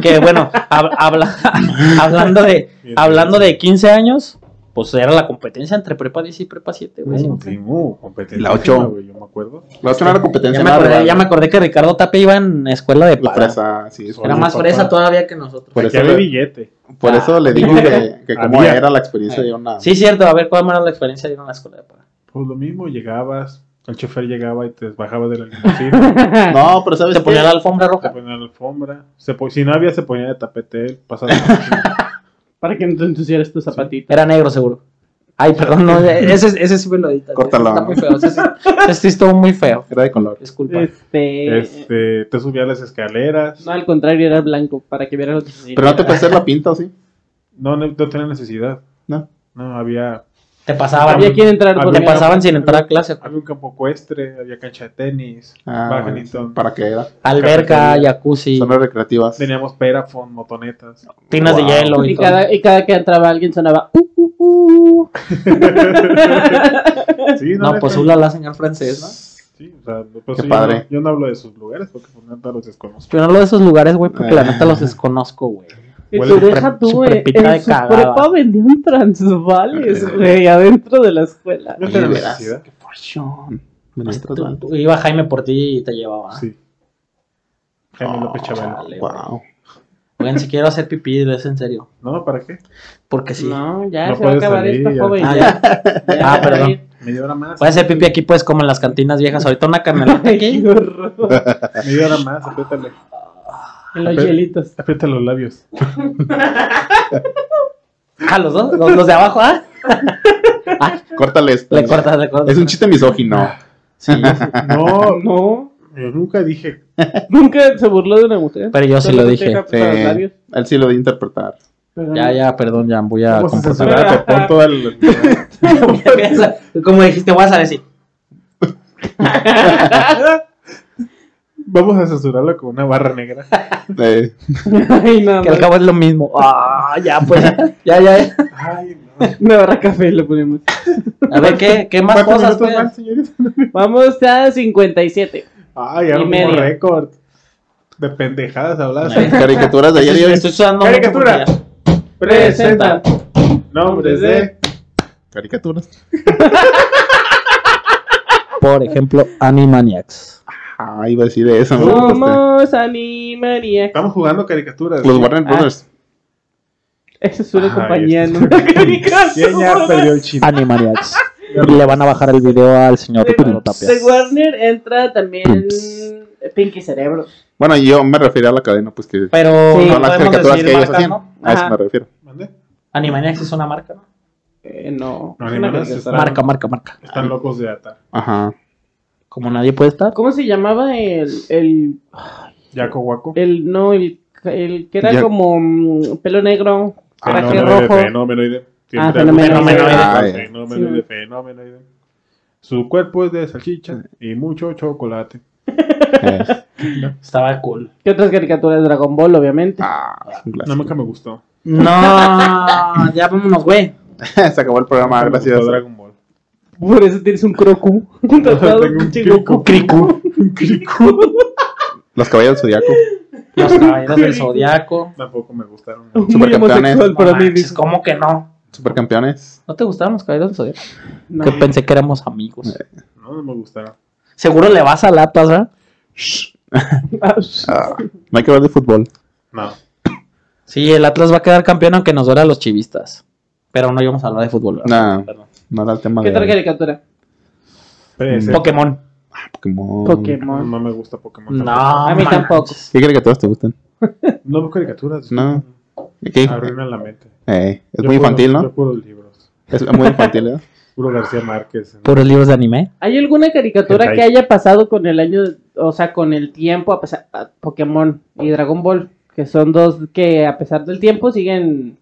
Que bueno, hab- habla- hablando, de,
Bien.
hablando de 15 años, pues era la competencia entre prepa 10 y prepa 7, güey.
Uh,
siempre.
sí, uh, competencia.
La ocho.
güey, Yo me acuerdo.
La otra no era competencia.
Ya me,
era
acordé,
rival.
ya me acordé que Ricardo Tapia iba en escuela de
La
paga.
fresa, sí. es
Era
Oye,
fresa.
más
papá.
fresa todavía que nosotros.
Por
Aquí
eso,
había
le,
billete.
por eso le digo que, que cómo
Había.
era la experiencia de una.
Sí, cierto. A ver, ¿cuál era la experiencia de ir a la escuela de paga?
Pues lo mismo, llegabas, el chofer llegaba y te bajaba de la limusina,
No, pero ¿sabes
Te
qué?
ponía la alfombra
te
roja.
ponía la alfombra. Se po- si no había, se ponía de tapete él, pasaba. la
Para que no te ensuciaras tus zapatitos.
Era negro, seguro. Ay, perdón, no, ese, ese sí me lo editas.
Córtalo.
Está muy feo. Ese, sí- ese sí estuvo muy feo.
Era de color.
Disculpa.
Este.
este, te subía a las escaleras.
No, al contrario, era blanco, para que vieran lo que se
Pero no te puedes hacer la pinta, ¿o sí?
No, no, no tenía necesidad.
No.
No, había,
Te pasaban.
Había quien entrar
Había
por
Te
quien-
mí.
pasaban sin entrar a clase.
había un campo ecuestre, había cancha de tenis,
Ah,
Bajanitón.
¿Para qué era?
Alberca,
Cafetería.
jacuzzi,
Zonas recreativas.
teníamos perafón, motonetas.
tinas
Wow.
de hielo y
Y
todo.
cada, y cada que entraba alguien sonaba. "Uh, uh, uh".
Sí,
No,
neta.
pues ulala, señor francés, ¿no?
Sí, o sea, pues,
Qué
yo
padre.
no- Yo no, hablo de sus lugares porque por neta los desconozco.
Yo no hablo de esos lugares, güey, porque la
Ah.
neta los
Eh.
desconozco, güey.
Y
Huele
tú deja
super-
tú,
super
güey.
pita de
En su
cagada.
prepa vendían transvales, güey, adentro de la escuela.
No
Oye,
tenía
verás,
necesidad.
qué fashión.
Este, Tú- tú- Iba Jaime por ti y te llevaba.
Sí. Jaime López Chabelo.
Chale, güey.
Wow.
Oigan, si quiero hacer pipí, es en serio.
No, ¿para qué?
Porque sí.
No, ya
No
se va a
puedes
acabar
salir,
esta
ya.
joven.
Ah,
ya.
Ah, perdón.
Media hora más.
Puede hacer pipí aquí, pues, como en las cantinas viejas. Ahorita una canelita
Ay,
aquí.
qué horror.
Media hora más, apriétale.
En los hielitos.
Aprieta los labios.
Ah, los dos, los, los de abajo, ¿ah?
Córtale esto.
Le cortas, le cortas.
Es un chiste misógino.
Sí, no,
No,
yo nunca dije.
nunca se burló de una mujer.
Pero yo sí lo
Solo
dije.
deja
Sí.
pasar los labios.
Él sí lo de interpretar.
Perdón.
Ya, ya, perdón, ya voy a
Vamos a
comportar.
censurar, te pon toda la-
Como dijiste, vas a decir.
Vamos a censurarlo con una barra negra.
Eh,
Ay, nada
Que al
más.
cabo es lo mismo. Ah, ya, pues. Ya, ya. ya.
Ay, no.
Una barra café le ponemos.
A ver, ¿qué, qué más
¿Cuántos
cosas,
minutos
pues?
más, señorita?
Vamos a 57.
Ay,
Y
ya un
medio.
récord. De pendejadas habladas.
caricaturas de ayer y
Estoy,
hoy.
estoy sudando mucho
Caricatura.
porque
Presenta. Nombres de.
Caricaturas.
ya- Por ejemplo, Animaniacs.
Ah, iba a decir eso. me gustaste.
Somos Animaniacs.
Estamos jugando caricaturas.
Los Warner Brothers.
Esa es una
Ay,
compañía,
esto-
no una caricatura.
¿Quién este ya perdió el chino?
Animaniacs. Le van a bajar el video al señor Ricardo Tapia.
De Warner entra también Pinky Cerebro.
Bueno, yo me refería a la cadena, pues que.
Pero
Sí.
no
no las
podemos
caricaturas
decir
que ellos
marcas,
hacían.
¿no?
A eso
Ajá.
me refiero.
¿Mande?
Animaniacs es una marca, ¿no?
Eh, no.
No,
es una
Animaniacs
caricatura.
Claro. está-
Marca, marca, marca.
Están locos de atar.
Ajá.
Como nadie puede estar.
¿Cómo se llamaba el, el,
Yaco Guaco.
el no, el, el que era
Ya-
como mm, pelo negro,
Ah,
traje
fenomenoide,
rojo?
Fenomenoide. Siempre
Ah, fenomenoide.
fenomenoide.
Ah, ya.
Fenomenoide, fenomenoide. Su cuerpo es de salchicha y mucho chocolate.
Es-
Estaba cool.
¿Qué otras caricaturas? Dragon Ball, obviamente.
ah, es un
No,
clásico.
nunca me gustó.
No, ya vámonos, güey.
Se acabó el programa,
Nunca me
gracias.
gustó Dragon Ball.
Por eso tienes un crocu. Un tratado
Tengo un
pinche
cricu.
Goku.
Un cricu.
Los caballos del zodiaco.
Los caballeros del zodiaco.
Tampoco me gustaron.
Muy
Supercampeones.
homosexual para mí.
Es como que no.
Supercampeones.
¿No te gustaron los caballeros del zodiaco?
No.
Que pensé que éramos amigos.
No, no me gustaron.
Seguro le vas a latas, ¿verdad?
Ah, no hay que hablar de fútbol.
No.
Sí, el Atlas va a quedar campeón aunque nos duela a los chivistas. Pero no íbamos a hablar de fútbol. ¿verdad?
No,
Perdón.
no era el tema
¿Qué
de
otra caricatura?
Parece.
Pokémon.
Pokémon.
No,
Pokémon.
no me gusta Pokémon.
No.
tampoco.
A mí
manches.
tampoco.
¿Qué caricaturas te gustan?
No veo caricaturas.
No. ¿Qué?
Arruinan la mente.
Eh, es
Yo
muy
puro-
infantil,
Yo
¿no?
puro libros.
Es muy infantil, ¿eh?
Puro García Márquez. ¿no?
Puros libros de anime.
¿Hay alguna caricatura
Pues
Hentai.
que haya pasado con el año, o sea, con el tiempo, a pesar a Pokémon y Dragon Ball? Que son dos que a pesar del tiempo siguen,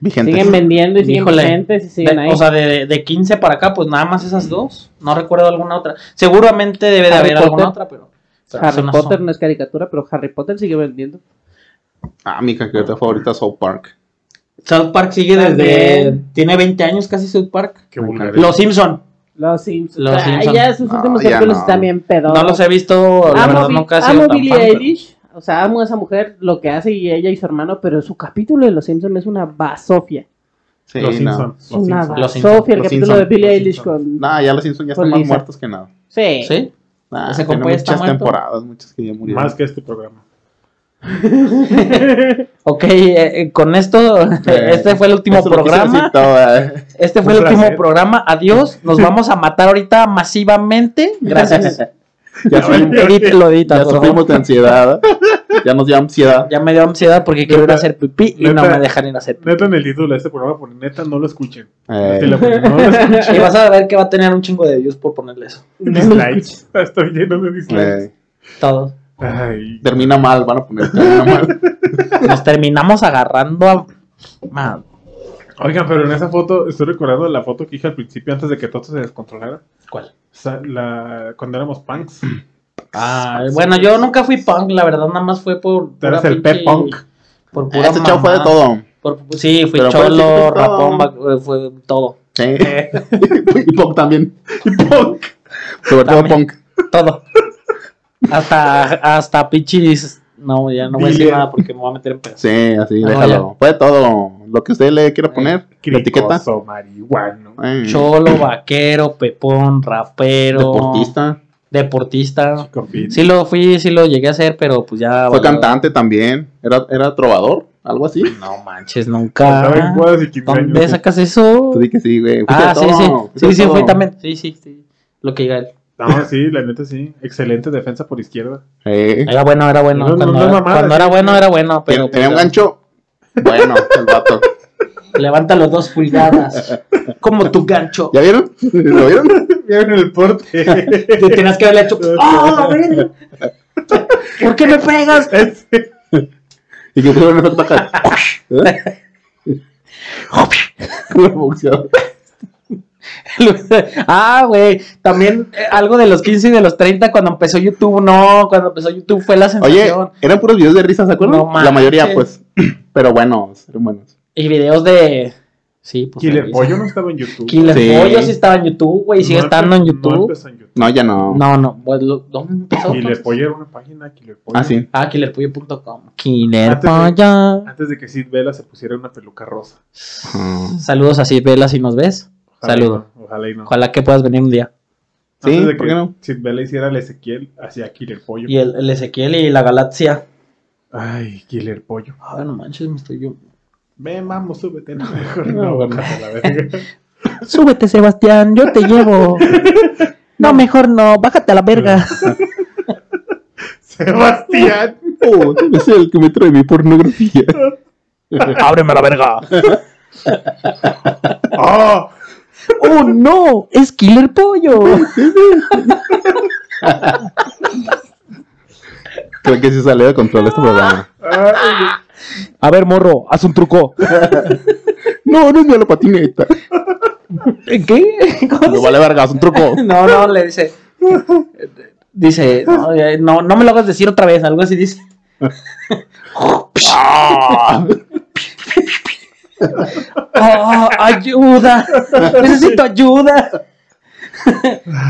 Vigentes.
siguen vendiendo y siguen
Híjole.
vigentes y siguen
De-
ahí.
o sea, de, de 15 para acá, pues nada más esas dos. No recuerdo alguna otra. Seguramente debe de
Harry
haber alguna
Potter.
otra, pero. pero
Harry
eso no
Potter
son.
no es caricatura, pero Harry Potter sigue vendiendo.
Ah, mi caricatura favorita es South Park.
South Park sigue desde. Tiene 20 años casi South Park.
Qué vulgar.
Los Simpson.
Los Simpsons.
Los
Ay,
Simpsons.
ya sus últimos
ya
capítulos
no.
están bien pedos.
No los he visto, la
Amo,
verdad
Bi-
nunca he
amo
sido tan
Billie
fan, pero-
Eilish. O sea, amo a esa mujer, lo que hace y ella y su hermano, pero su capítulo de Los Simpsons es una basofia.
Sí,
los
no.
Simpsons.
Es una
Simpson. Los
basofia
Simpson.
el capítulo
Los
de Billie
Simpson.
Eilish con...
No, ya los Simpsons ya
Con
están más
Lisa.
muertos que nada.
Sí.
¿Sí?
Nah,
Ese
tiene
compa ya está
muchas
muerto.
temporadas, muchas que ya murieron.
Más que este programa.
Ok, eh, eh, con esto, este fue el último
Eso lo quise
programa.
decir todo, eh.
Este fue
Un
el último
placer.
programa. Adiós. Nos vamos a matar ahorita masivamente. Gracias.
Ya, sufrimos-
Edítelo, edita,
ya
por favor.
sufrimos de ansiedad. Ya nos dio ansiedad.
Ya me dio ansiedad porque quiero ir a hacer pipí y no
Neta.
me dejan ir a hacer pipí.
Neta en el título de este programa, porque neta no lo escuchen.
Eh,
Te lo juro, No lo
Y
escuchen.
vas a ver que va a tener un chingo de views por ponerle eso.
Dislikes. Estoy lleno de dislikes.
eh,
Todo.
Ay.
termina mal, van a poner termina mal.
Nos terminamos agarrando a. Madre.
Oigan, pero en esa foto, estoy recordando la foto que dije al principio antes de que todo se descontrolara.
¿Cuál?
Sa- la, cuando éramos punks.
Ah, bueno, yo nunca fui punk, la verdad, nada más fue por.
Tú eras
pura
el pep
pinche-
punk.
Por pura
Este chavo fue de
mamá.
todo.
Por- sí, fui
Pero fue el que
cholo,
fue todo.
rapón, va- eh, fue todo.
Sí.
Eh,
y punk también.
Y punk.
Sobre todo
También.
punk.
Todo. Hasta, hasta pinches. No, ya no voy a decir
Dile.
nada porque me voy a meter en pedos.
Sí, así,
Ah,
déjalo. Fue de todo. Lo que usted le quiera poner, la etiqueta.
Cricoso, marihuano.
Eh,
Cholo, vaquero, pepón, rapero.
deportista.
Deportista.
Ah.
Chico fit.
Sí lo fui, sí lo llegué a hacer, pero pues ya...
Fue
valió.
cantante también. Era, era trovador, algo así.
No manches,
Estaba en
nunca.
bodas y 15
¿Dónde
años.
sacas eso?
Tú di que sí, güey. Fuiste
Ah,
de
sí, sí.
todo, fuiste
Sí,
de
sí,
todo.
fui también. Sí, sí, sí. Lo que diga él.
No, sí, la neta sí. Excelente defensa por izquierda.
Eh,
Era bueno, era bueno.
No, no,
cuando
no,
era,
mamada,
cuando
sí.
era bueno, era bueno, pero... pues
tenía un gancho. Bueno, el vato.
Levanta los dos pulgadas. Como tu gancho.
¿Ya vieron? ¿Lo vieron?
Vieron el porte.
Te tenías que haberle hecho... ¡Ah, verga! ¿Por qué me pegas?
Y que pusieron el efecto acá. ¿Eh? Como el boxeador.
ah, güey. También eh, algo de los 15 y de los 30 cuando empezó YouTube. No, cuando empezó YouTube fue la
Oye,
sensación.
eran puros videos de risas, ¿se acuerdan?
No
la mayoría,
manches.
pues. Pero buenos, eran buenos.
Y videos de... Sí, pues... de
Killer
risa.
Pollo no estaba en YouTube.
Killer
Sí.
Pollo sí estaba en YouTube, güey. Sigue
No
estando en
empe- No
YouTube.
empezó en YouTube.
No, ya no.
No, no. pues, lo- ¿Dónde empezó?
Killer
entonces?
Pollo era una página. Killer Pollo.
Ah, sí.
Ah, killerpollo.com. Killer
Antes de-
Pollo.
Antes de que Sid Vela se pusiera una peluca rosa.
Ah.
Saludos a Sid Vela si nos ves.
Ojalá y
Saludo.
no, Ojalá y no.
Ojalá que puedas venir un día.
Sí,
Antes de
¿por
que
qué no?
Sid Vela hiciera el Ezequiel, hacía Killer Pollo.
Y el, el Ezequiel y la galaxia.
Ay, Killer Pollo.
Ah, no manches, me estoy yo.
Ven, vamos, súbete. No, mejor no, bájate a la verga.
Súbete, Sebastián, yo te llevo. No, mejor no, bájate a la verga.
Sebastián.
Oh, debe ser el que me trae mi pornografía.
Ábreme la verga.
¡Oh!
¡Oh, no! ¡Es Killer Pollo!
Creo que sí salió de control este programa.
Ay,
A ver, morro, haz un truco.
No, no es mía la patineta.
¿Qué? ¿Cómo
No vale verga, es un truco.
No, no, le dice. Dice, no, eh, no, no me lo hagas decir otra vez, algo así dice.
¡Ah!
"Ah, ayuda, necesito ayuda.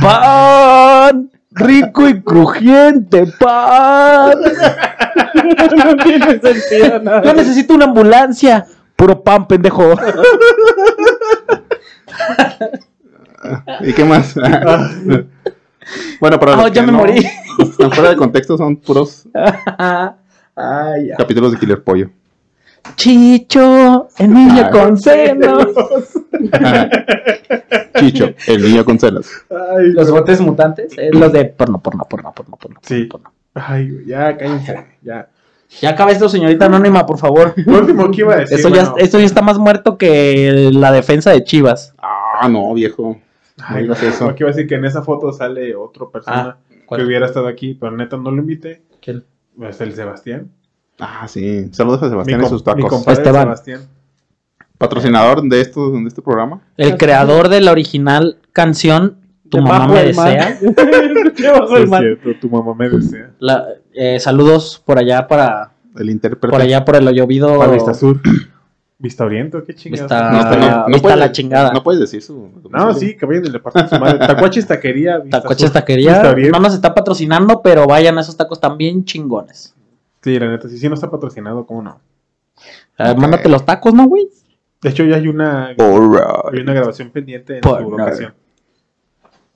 Pan, rico y crujiente, pan.
no tiene sentido nada.
Yo necesito una ambulancia. Puro pan, pendejo.
¿Y qué más? bueno, para
Ah,
los
ya
que
me
no
morí.
Están fuera de contexto, son puros
Ay, ya.
capítulos de Killer Pollo.
Chicho, el niño
Ah.
con seno.
Chicho, el niño con celos.
Ay,
Los botes mutantes, eh, los de porno, porno, porno, porno, porno.
Sí.
porno.
ay, güey, ya, cállense. Ya.
Ya acaba esto, señorita anónima, por favor.
Lo último que iba a decir.
Eso ya,
bueno,
esto ya está más muerto que la defensa de Chivas.
Ah, no, viejo.
ay,
digas eso.
lo que iba a decir que en esa foto sale otra persona que hubiera estado aquí, pero neta no lo invité.
Ah, ¿Quién?
Es el Sebastián.
Ah, sí. Saludos a Sebastián
mi,
y
com-
sus
mi
tacos.
compadre
Esteban.
Sebastián.
Patrocinador de, estos, de este programa.
El creador de la original canción Tu
De
mamá
Bajo
me
el Mar.
desea.
De Bajo
Sí,
el
es
Mar.
cierto, tu mamá me desea.
La- eh, saludos por allá para
El intérprete.
por allá por el llovido.
Para Vista Sur. Vista Oriente, qué chingados.
Oh. Vista-
No, pero no, no
Vista
puedes-
ah, la chingada.
No puedes decir su.
No, sí, que vayan del departamento de su madre. Tacuaches Taquería. Vista
Tacoches
Sur.
Taquería.
Vista Oriente.
No nos está patrocinando, pero vayan a esos tacos también chingones.
Sí, la neta, si sí no está patrocinado, ¿cómo no?
Eh, Mándate los tacos, ¿no, güey?
De hecho, ya hay una,
Alright.
hay una grabación pendiente en
Por
su
nada.
ocasión.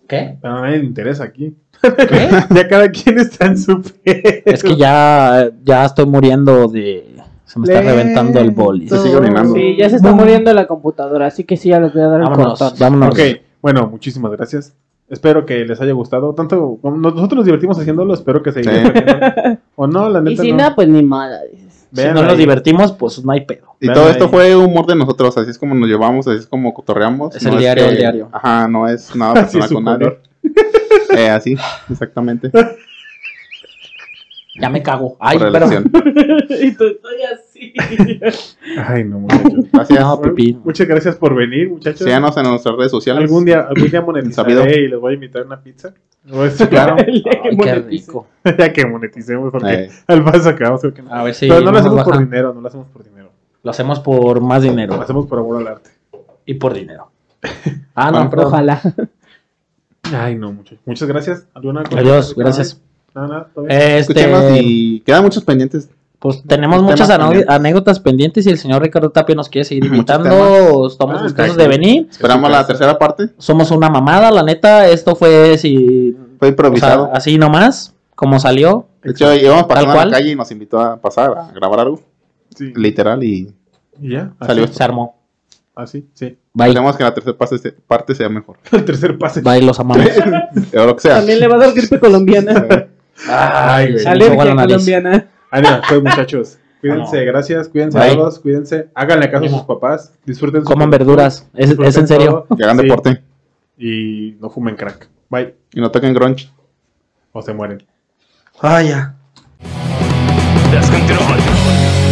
¿Qué?
Pero a Ah, nadie le interesa aquí.
¿Qué?
Ya cada quien está en su pe.
Es que ya, ya estoy muriendo de. Se me está reventando el boli.
Se sigue orinando.
Sí, ya se está muriendo la computadora, así que sí, ya les voy a dar el cortón.
Vámonos, vámonos.
Ok, bueno, muchísimas gracias. Espero que les haya gustado. Tanto, como nosotros nos divertimos haciéndolo, espero que se
Sí.
diviertan. O no, la
Y
neta.
si
no,
no, pues ni mala. dices.
Si
Vean
no nos
ahí.
divertimos, pues no hay pedo.
Y
Vean
todo
ahí.
esto fue humor de nosotros, así es como nos llevamos, así es como cotorreamos.
Es el diario, el diario.
Ajá, no es nada
Así
personal
es su
con nadie.
color.
Eh, así, exactamente.
Ya me cago. Ay,
por
pero.
relación.
Y tú estoy así.
Ay, no, muchachos.
Gracias.
No, pipí.
Muchas gracias por venir, muchachos.
Síganos en nuestras redes sociales.
Algún día, algún día
Sabido.
monetizaré y les voy a invitar una pizza. Les voy a decir,
Claro.
El día que
Ay, qué
monetice.
rico.
ya que moneticemos, porque
Eh,
al paso acabamos. creo que no.
Ah, A ver si
Pero no lo
nos
hacemos por
bajan.
dinero, no lo hacemos por dinero.
Lo hacemos por más
Lo
dinero.
hacemos por amor al arte.
Y por dinero. Ah,
Bueno,
no, perdón.
Ojalá.
Ay, no, muchas, muchas gracias. ¿Alguna cosa?
Adiós, gracias.
Nada, nada, todo
Eh,
bien.
escúchenos
Este,
y quedan muchos pendientes.
pues tenemos
temas
muchas ano-
pendientes.
anécdotas pendientes y el señor Ricardo Tapia nos quiere seguir
Muchos
invitando. Estamos
Ah,
gustosos
está
de
bien.
venir.
Esperamos la tercera parte.
Somos una mamada, la neta. Esto fue si,
Fue
o sea,
improvisado.
así nomás, como salió.
de hecho, íbamos pasando a
cual.
la calle y nos invitó a pasar a grabar algo.
Sí.
Literal, y
Y ya, así,
Salió.
Se armó.
así, sí.
Bye.
esperemos que la tercera parte se- parte sea mejor.
El tercer pase.
Bye, los amamos.
O lo que sea.
También le va a dar gripe colombiana.
Ay, güey.
Se me
Alergia
enjuagó la nariz.
colombiana.
Ánimo, pues, muchachos. Cuídense, gracias, cuídense
Bye.
todos, cuídense. Háganle caso a sus papás, disfruten. su-
Coman verduras. Es,
disfruten
es en serio.
todo.
Que hagan
Sí,
deporte
Y no fumen crack. Bye.
y no toquen grunge.
O se mueren.
Descontrol.